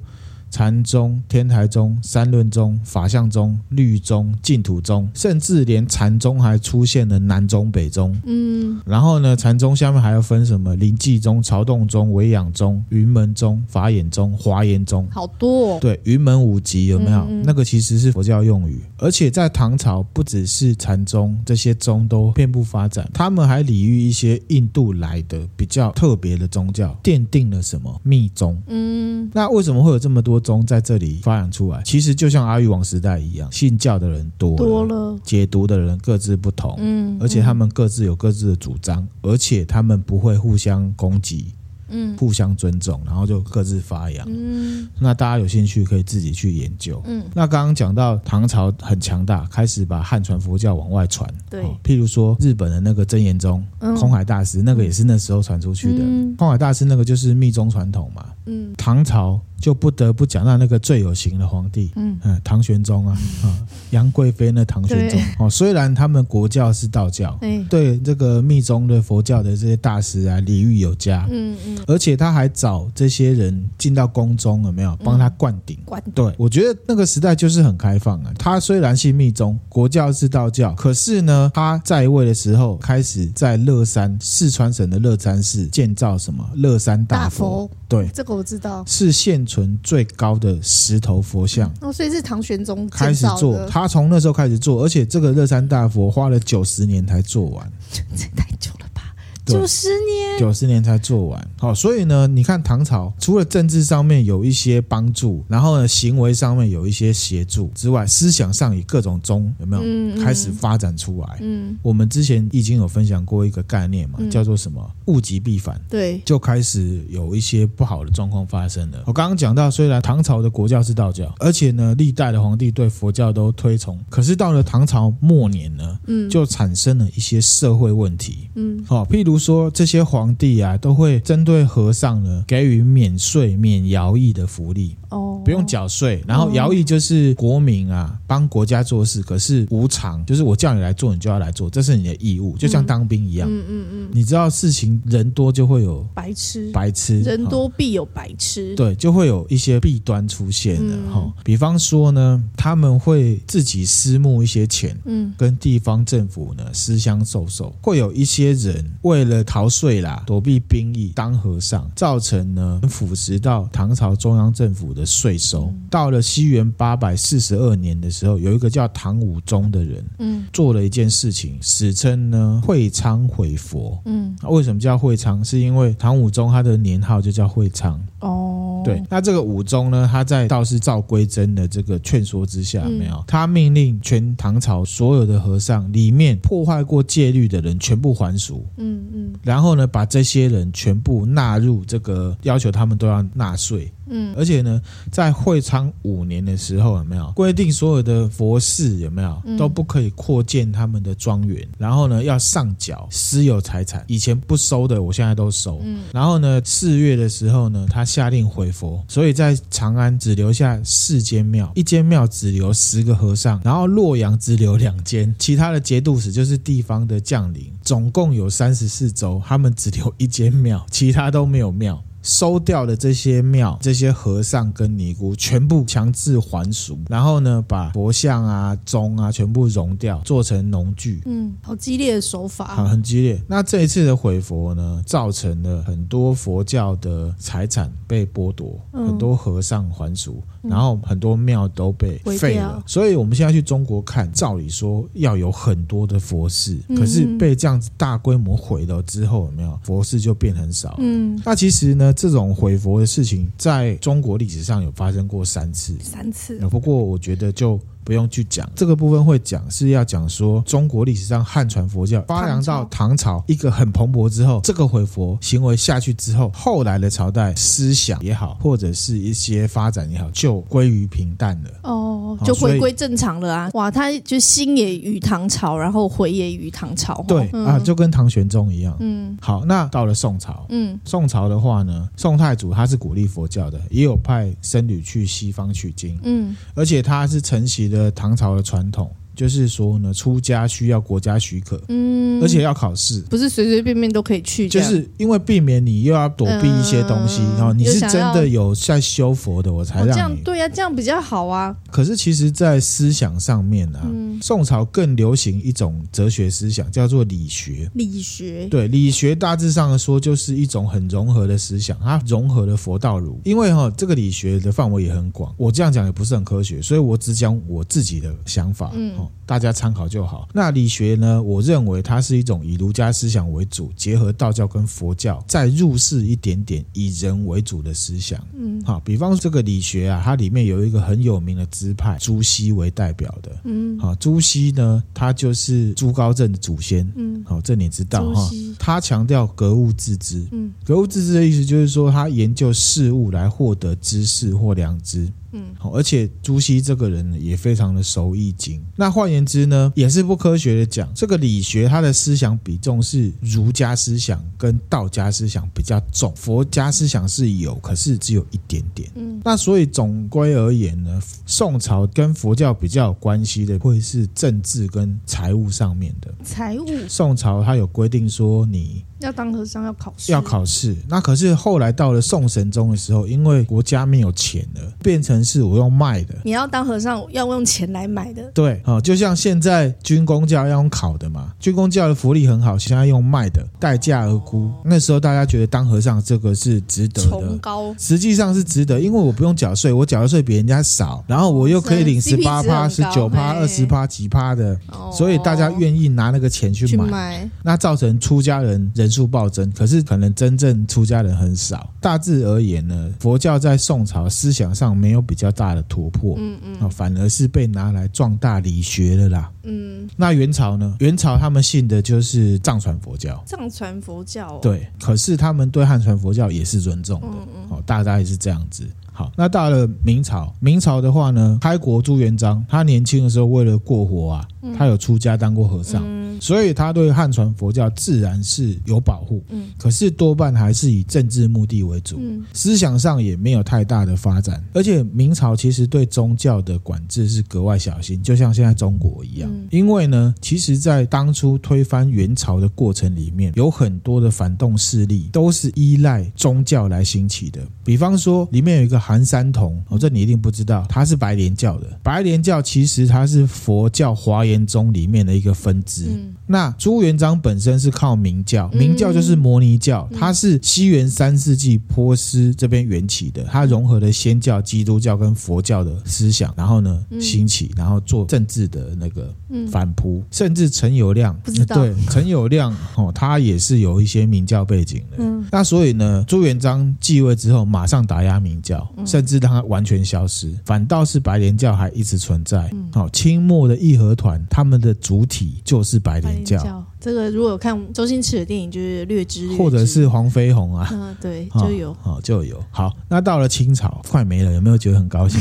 [SPEAKER 1] 禅宗、天台宗、三论宗、法相宗、律宗、净土宗，甚至连禅宗还出现了南宗、北宗。
[SPEAKER 2] 嗯，
[SPEAKER 1] 然后呢，禅宗下面还要分什么临济宗、曹洞宗、维养宗、云门宗、法眼宗、华严宗。
[SPEAKER 2] 好多、哦，
[SPEAKER 1] 对，云门五集有没有？
[SPEAKER 2] 嗯嗯
[SPEAKER 1] 那个其实是佛教用语，而且在唐朝不只是禅宗，这些宗都遍布发展。他们还礼遇一些印度来的比较特别的宗教，奠定了什么密宗。
[SPEAKER 2] 嗯，
[SPEAKER 1] 那为什么会有这么多宗在这里发扬出来？其实就像阿育王时代一样，信教的人多了，
[SPEAKER 2] 多了，
[SPEAKER 1] 解读的人各自不同，
[SPEAKER 2] 嗯，
[SPEAKER 1] 而且他们各自有各自的主张，而且他们不会互相攻击，
[SPEAKER 2] 嗯，
[SPEAKER 1] 互相尊重，然后就各自发扬。
[SPEAKER 2] 嗯
[SPEAKER 1] 那大家有兴趣可以自己去研究。
[SPEAKER 2] 嗯，
[SPEAKER 1] 那刚刚讲到唐朝很强大，开始把汉传佛教往外传。哦
[SPEAKER 2] 对
[SPEAKER 1] 譬如说日本的那个真言宗、
[SPEAKER 2] 嗯
[SPEAKER 1] 空海大师，那个也是那时候传出去的。
[SPEAKER 2] 嗯
[SPEAKER 1] 空海大师那个就是密宗传统嘛。
[SPEAKER 2] 嗯
[SPEAKER 1] 唐朝就不得不讲到那个最有型的皇帝，
[SPEAKER 2] 嗯
[SPEAKER 1] 嗯，唐玄宗啊，啊，杨贵妃那唐玄宗哦，虽然他们国教是道教，
[SPEAKER 2] 哎，
[SPEAKER 1] 对这个密宗的佛教的这些大师啊，礼遇有加，
[SPEAKER 2] 嗯嗯，
[SPEAKER 1] 而且他还找这些人进到宫中，有没
[SPEAKER 3] 嗯
[SPEAKER 1] 有帮他灌顶？
[SPEAKER 2] 管
[SPEAKER 1] 对，我觉得那个时代就是很开放啊。他虽然信密宗，国教是道教，可是呢，他在位的时候开始在乐山四川省的乐山市建造什么乐山大
[SPEAKER 3] 大
[SPEAKER 1] 佛，
[SPEAKER 3] 佛，
[SPEAKER 1] 对，
[SPEAKER 3] 这个我知道。
[SPEAKER 1] 是现存最高的石头佛像。
[SPEAKER 3] 哦，所以是唐玄宗
[SPEAKER 1] 开
[SPEAKER 3] 建
[SPEAKER 1] 始
[SPEAKER 3] 造
[SPEAKER 1] 做，
[SPEAKER 3] 的，
[SPEAKER 1] 他从那时候开始做，而且这个乐山大佛花了九十年才做完。
[SPEAKER 3] 这太久了吧？
[SPEAKER 1] 对
[SPEAKER 3] 九十年，
[SPEAKER 1] 九十年才做完。
[SPEAKER 2] 嗯
[SPEAKER 1] 好，所以呢，你看唐朝除了政治上面有一些帮助，然后呢，行为上面有一些协助之外，思想上以各种宗有没有、
[SPEAKER 2] 嗯嗯
[SPEAKER 1] 开始发展出来？
[SPEAKER 2] 嗯，
[SPEAKER 1] 我们之前已经有分享过一个概念嘛，
[SPEAKER 2] 嗯
[SPEAKER 1] 叫做什么物极必反。
[SPEAKER 2] 对，
[SPEAKER 1] 就开始有一些不好的状况发生了。我刚刚讲到，虽然唐朝的国教是道教，而且呢，历代的皇帝对佛教都推崇，可是到了唐朝末年呢，
[SPEAKER 2] 嗯
[SPEAKER 1] 就产生了一些社会问题。
[SPEAKER 2] 嗯
[SPEAKER 1] 好、譬如说这些皇帝啊，都会针对和尚呢给予免税、免徭役的福利，
[SPEAKER 2] 哦，
[SPEAKER 1] 不用缴税。然后徭役就是国民啊，帮国家做事，可是无偿，就是我叫你来做，你就要来做，这是你的义务，就像当兵一样。
[SPEAKER 2] 嗯嗯嗯，
[SPEAKER 1] 你知道事情人多就会有
[SPEAKER 2] 白痴，
[SPEAKER 1] 白痴，
[SPEAKER 2] 人
[SPEAKER 1] 哦
[SPEAKER 2] 多必有白痴，
[SPEAKER 1] 对，就会有一些弊端出现的
[SPEAKER 2] 嗯
[SPEAKER 1] 哈、哦比方说呢，他们会自己私募一些钱，
[SPEAKER 2] 嗯
[SPEAKER 1] 跟地方政府呢私相授受，会有一些人为了逃税啦，躲避兵役当和尚，造成呢腐蚀到唐朝中央政府的税收。
[SPEAKER 2] 嗯
[SPEAKER 1] 到了西元八百四十二年的时候，有一个叫唐武宗的人
[SPEAKER 2] 嗯
[SPEAKER 1] 做了一件事情，史称呢会昌毁佛。
[SPEAKER 2] 嗯，
[SPEAKER 1] 那啊为什么叫会昌？是因为唐武宗他的年号就叫会昌。
[SPEAKER 2] 哦，
[SPEAKER 1] 对，，那这个武宗呢，他在道士赵归真的这个劝说之下，
[SPEAKER 2] 嗯
[SPEAKER 1] 没有，他命令全唐朝所有的和尚里面破坏过戒律的人全部还俗，
[SPEAKER 2] 嗯嗯
[SPEAKER 1] 然后呢，把这些人全部纳入这个要求，他们都要纳税。
[SPEAKER 2] 嗯
[SPEAKER 1] 而且呢，在会昌五年的时候，有没有规定所有的佛寺有没有
[SPEAKER 2] 嗯
[SPEAKER 1] 都不可以扩建他们的庄园，然后呢，要上缴私有财产，以前不收的，我现在都收。
[SPEAKER 2] 嗯
[SPEAKER 1] 然后呢，四月的时候呢，他下令毁佛，所以在长安只留下四间庙，一间庙只留十个和尚，然后洛阳只留两间，其他的节度使就是地方的将领，总共有三十四州，他们只留一间庙，其他都没有庙。收掉的这些庙、这些和尚跟尼姑，全部强制还俗，然后呢，把佛像啊、钟啊全部熔掉，做成农具，
[SPEAKER 2] 嗯，
[SPEAKER 3] 好激烈的手
[SPEAKER 1] 很
[SPEAKER 3] 法，
[SPEAKER 1] 很激烈。那这一次的毁佛呢，造成了很多佛教的财产被剥夺，
[SPEAKER 2] 嗯
[SPEAKER 1] 很多和尚还俗，然后很多庙都被
[SPEAKER 2] 嗯毁
[SPEAKER 1] 废
[SPEAKER 2] 掉
[SPEAKER 1] 了。所以我们现在去中国看，照理说要有很多的佛寺，
[SPEAKER 2] 嗯
[SPEAKER 1] 可是被这样子大规模毁了之后，有没有佛寺就变很少？
[SPEAKER 2] 嗯，
[SPEAKER 1] 那其实呢，这种毁呃佛的事情在中国历史上有发生过三次，
[SPEAKER 2] 三次，
[SPEAKER 1] 不过我觉得就不用去讲。这个部分会讲是要讲说中国历史上汉传佛教发扬到唐朝一个很蓬勃之后，这个回佛行为下去之后，后来的朝代思想也好，或者是一些发展也好，就归于平淡了。
[SPEAKER 2] 哦
[SPEAKER 1] 好
[SPEAKER 2] 就
[SPEAKER 1] 所
[SPEAKER 2] 回
[SPEAKER 1] 以
[SPEAKER 2] 归正常了啊！哇，他就兴也于唐朝，然后回也于唐朝哦。
[SPEAKER 1] 对、
[SPEAKER 2] 嗯
[SPEAKER 1] 啊，就跟唐玄宗一样。
[SPEAKER 2] 嗯
[SPEAKER 1] 好，那到了宋朝，
[SPEAKER 2] 嗯
[SPEAKER 1] 宋朝的话呢，宋太祖他是鼓励佛教的，也有派僧侣去西方取经，
[SPEAKER 2] 嗯
[SPEAKER 1] 而且他是承袭了唐朝的传统，就是说呢，出家需要国家许可，
[SPEAKER 2] 嗯，
[SPEAKER 1] 而且要考试。
[SPEAKER 2] 不是随随便便都可以去这
[SPEAKER 1] 就
[SPEAKER 2] 样，
[SPEAKER 1] 是因为避免你又要躲避一些东西，
[SPEAKER 2] 嗯
[SPEAKER 1] 然后你是真
[SPEAKER 2] 又想要
[SPEAKER 1] 的有在修佛的，我才
[SPEAKER 2] 哦这
[SPEAKER 1] 让
[SPEAKER 2] 样
[SPEAKER 1] 你。
[SPEAKER 2] 对呀、这样比较好啊。
[SPEAKER 1] 可是其实，在思想上面啊，
[SPEAKER 2] 嗯
[SPEAKER 1] 宋朝更流行一种哲学思想，叫做理学。
[SPEAKER 2] 理学，
[SPEAKER 1] 对理学大致上说，就是一种很融合的思想，它融合了佛道儒。因为哈、这个理学的范围也很广，我这样讲也不是很科学，所以我只讲我自己的想法，
[SPEAKER 2] 嗯
[SPEAKER 1] 哦，大家参考就好。那理学呢，我认为它是一种以儒家思想为主，结合道教跟佛教，再入世一点点，以人为主的思想。
[SPEAKER 2] 嗯
[SPEAKER 1] 好，比方说这个理学啊，它里面有一个很有名的支派，朱熹为代表的。
[SPEAKER 2] 嗯
[SPEAKER 1] 好，朱熹呢，他就是朱高正的祖先。
[SPEAKER 2] 嗯，
[SPEAKER 1] 好，哦这你知道
[SPEAKER 2] 朱
[SPEAKER 1] 哈
[SPEAKER 2] 熹？
[SPEAKER 1] 他强调格物致知。
[SPEAKER 2] 嗯，
[SPEAKER 1] 格物致知的意思就是说，他研究事物来获得知识或良知。嗯，好，而且朱熹这个人呢也非常的熟易经。那换言之呢，也是不科学的讲，这个理学它的思想比重是儒家思想跟道家思想比较重，佛家思想是有，可是只有一点点。嗯，那所以总归而言呢，宋朝跟佛教比较有关系的，会是政治跟财务上面的。
[SPEAKER 3] 财务
[SPEAKER 1] 宋朝它有规定说你
[SPEAKER 3] 要当和尚要考试，
[SPEAKER 1] 要考试，那可是后来到了宋神宗的时候，因为国家没有钱了，变成是我用卖的。
[SPEAKER 2] 你要当和尚要用钱来买的，
[SPEAKER 1] 对，哦，就像现在军工教要用考的嘛，军工教的福利很好，现在用卖的，待价而沽。那时候大家觉得当和尚这个是值得
[SPEAKER 3] 崇
[SPEAKER 1] 的，
[SPEAKER 3] 高，
[SPEAKER 1] 实际上是值得，因为我不用缴税，我缴的税比人家少，然后我又可以领
[SPEAKER 2] 所
[SPEAKER 1] 十
[SPEAKER 2] 以 CP 值
[SPEAKER 1] 八
[SPEAKER 2] 很
[SPEAKER 1] 趴、
[SPEAKER 2] 高
[SPEAKER 1] 十九趴、
[SPEAKER 2] 哎
[SPEAKER 1] 二十趴、几趴的，
[SPEAKER 3] 哦
[SPEAKER 1] 所以大家愿意拿那个钱去
[SPEAKER 3] 去
[SPEAKER 1] 买。
[SPEAKER 3] 买，
[SPEAKER 1] 那造成出家人人数暴增，可是可能真正出家人很少。大致而言呢，佛教在宋朝思想上没有比较大的突破，嗯嗯，啊，反而是被拿来壮大理学了啦。
[SPEAKER 3] 嗯，
[SPEAKER 1] 那元朝呢？元朝他们信的就是藏传佛教。
[SPEAKER 2] 藏传佛教、哦。嗯
[SPEAKER 1] 对，可是他们对汉传佛教也是尊重的，哦，大概是这样子。好，那到了明朝，明朝的话呢，开国朱元璋他年轻的时候为了过活啊，
[SPEAKER 2] 嗯
[SPEAKER 1] 他有出家当过和尚，所以他对汉传佛教自然是有保护，
[SPEAKER 2] 嗯
[SPEAKER 1] 可是多半还是以政治目的为主，
[SPEAKER 2] 嗯
[SPEAKER 1] 思想上也没有太大的发展。而且明朝其实对宗教的管制是格外小心，就像现在中国一样，
[SPEAKER 2] 嗯
[SPEAKER 1] 因为呢，其实，在当初推翻元朝的过程里面，有很多的反动势力都是依赖宗教来兴起的。比方说，里面有一个韩三同，哦，这你一定不知道，他是白莲教的。白莲教其实它是佛教华严宗里面的一个分支。
[SPEAKER 2] 嗯
[SPEAKER 1] 那朱元璋本身是靠明教，
[SPEAKER 2] 嗯
[SPEAKER 1] 明教就是摩尼教，
[SPEAKER 2] 嗯
[SPEAKER 1] 它是西元三世纪波斯这边缘起的，它融合了先教、基督教跟佛教的思想，然后呢
[SPEAKER 2] 嗯
[SPEAKER 1] 兴起，然后做政治的那个
[SPEAKER 2] 嗯
[SPEAKER 1] 反扑，甚至陈友谅，
[SPEAKER 2] 不知道
[SPEAKER 1] 对陈友谅哦，他也是有一些明教背景的。
[SPEAKER 2] 嗯
[SPEAKER 1] 那所以呢，朱元璋继位之后，马上打压明教，
[SPEAKER 2] 嗯
[SPEAKER 1] 甚至让它完全消失，反倒是白莲教还一直存在。
[SPEAKER 2] 嗯
[SPEAKER 1] 好、清末的义和团，他们的主体就是白
[SPEAKER 2] 白
[SPEAKER 1] 莲
[SPEAKER 2] 莲
[SPEAKER 1] 教，
[SPEAKER 2] 教这个如果有看周星驰的电影，就是略知略知
[SPEAKER 1] 或者是黄飞鸿啊。
[SPEAKER 2] 嗯、对，
[SPEAKER 1] 哦
[SPEAKER 2] 就有、
[SPEAKER 1] 哦，就有好。那到了清朝，快没了，有没有觉得很高 兴？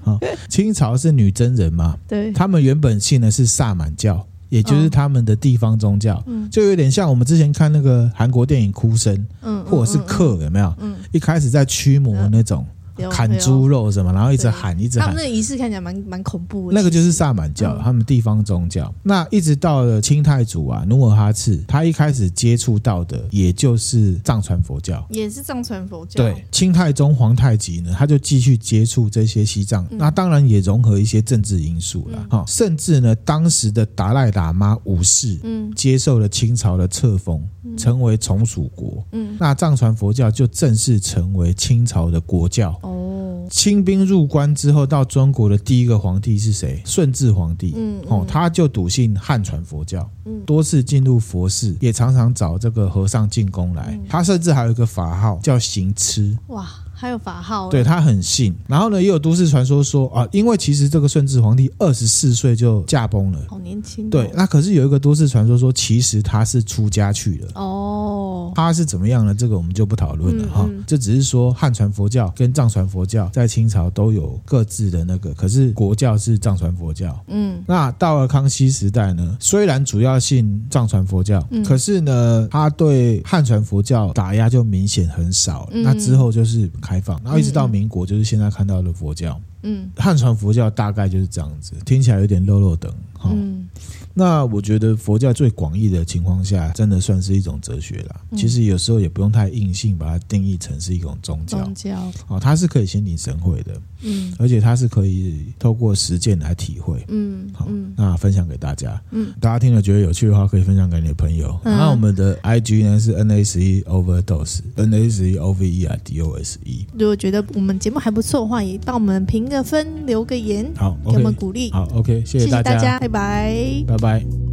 [SPEAKER 1] 好、清朝是女真人嘛，
[SPEAKER 2] 对，
[SPEAKER 1] 他们原本信的是萨满教，也就是他们的地方宗教，
[SPEAKER 2] 哦嗯
[SPEAKER 1] 就有点像我们之前看那个韩国电影《哭声》
[SPEAKER 2] 嗯，
[SPEAKER 1] 或者是
[SPEAKER 2] 嗯嗯
[SPEAKER 1] 克，有没有？
[SPEAKER 2] 嗯
[SPEAKER 1] 一开始在驱魔那种、
[SPEAKER 3] 嗯
[SPEAKER 2] 有
[SPEAKER 1] 砍
[SPEAKER 2] 有
[SPEAKER 1] 猪肉什么，然后一直
[SPEAKER 2] 哦对
[SPEAKER 1] 喊，一直
[SPEAKER 2] 他们
[SPEAKER 1] 喊。
[SPEAKER 2] 那个仪式看起来蛮蛮恐怖的。
[SPEAKER 1] 那个就是是萨满教，
[SPEAKER 2] 嗯
[SPEAKER 1] 他们地方宗教。那一直到了清太祖啊，努尔哈赤，他一开始接触到的也就是藏传佛教。
[SPEAKER 2] 也是藏传佛教，
[SPEAKER 1] 对，，清太宗皇太极呢，他就继续接触这些西藏，
[SPEAKER 2] 嗯
[SPEAKER 1] 那当然也融合一些政治因素啦。
[SPEAKER 2] 嗯
[SPEAKER 1] 哈、甚至呢，当时的达赖喇嘛五世
[SPEAKER 2] 嗯
[SPEAKER 1] 接受了清朝的册封，
[SPEAKER 2] 嗯
[SPEAKER 1] 成为从属国。
[SPEAKER 2] 嗯，
[SPEAKER 1] 那藏传佛教就正式成为清朝的国教。
[SPEAKER 2] 哦，
[SPEAKER 1] 清兵入关之后，到中国的第一个皇帝是谁？顺治皇帝。
[SPEAKER 2] 嗯
[SPEAKER 1] 哦
[SPEAKER 2] 嗯，
[SPEAKER 1] 他就笃信汉传佛教，
[SPEAKER 2] 嗯
[SPEAKER 1] 多次进入佛寺，也常常找这个和尚进宫来。他甚至还有一个法号叫行痴，
[SPEAKER 3] 哇，还有法号，
[SPEAKER 1] 对他很信。然后呢，也有都市传说说啊，因为其实这个顺治皇帝二十四岁就驾崩了。
[SPEAKER 3] 好年轻、哦。
[SPEAKER 1] 对，那可是有一个都市传说说，其实他是出家去的。
[SPEAKER 3] 哦，
[SPEAKER 1] 他啊是怎么样呢？这个我们就不讨论了
[SPEAKER 3] 嗯
[SPEAKER 1] 哈
[SPEAKER 3] 嗯。
[SPEAKER 1] 这只是说汉传佛教跟藏传佛教在清朝都有各自的那个，可是国教是藏传佛教。
[SPEAKER 2] 嗯，
[SPEAKER 1] 那到了康熙时代呢，虽然主要信藏传佛教，
[SPEAKER 2] 嗯
[SPEAKER 1] 可是呢，他对汉传佛教打压就明显很少。
[SPEAKER 2] 嗯
[SPEAKER 1] 那之后就是开放，然后一直到民国，就是现在看到的佛教。
[SPEAKER 2] 嗯
[SPEAKER 1] 汉传佛教大概就是这样子，听起来有点肉肉等哈。
[SPEAKER 2] 嗯
[SPEAKER 1] 那我觉得佛教最广义的情况下，真的算是一种哲学啦。
[SPEAKER 2] 嗯
[SPEAKER 1] 其实有时候也不用太硬性把它定义成是一种宗教
[SPEAKER 3] 宗教，
[SPEAKER 1] 哦，它是可以心领神会的，
[SPEAKER 2] 嗯
[SPEAKER 1] 而且它是可以透过实践来体会。
[SPEAKER 2] 嗯
[SPEAKER 1] 好，
[SPEAKER 2] 嗯
[SPEAKER 1] 那分享给大家。
[SPEAKER 2] 嗯，
[SPEAKER 1] 大家听了觉得有趣的话，可以分享给你的朋友。
[SPEAKER 2] 嗯
[SPEAKER 1] 那我们的 I G 呢是 N A 十一 overdose，N A 十一 O V E R D O S E。
[SPEAKER 3] 如果觉得我们节目还不错的话，也帮我们评个分，留个言，
[SPEAKER 1] 好
[SPEAKER 3] 给我们
[SPEAKER 1] ，OK，
[SPEAKER 3] 鼓励。
[SPEAKER 1] 好，OK，谢
[SPEAKER 3] 谢
[SPEAKER 1] 大
[SPEAKER 3] 谢大
[SPEAKER 1] 家，
[SPEAKER 3] 家，拜拜。
[SPEAKER 1] 拜拜。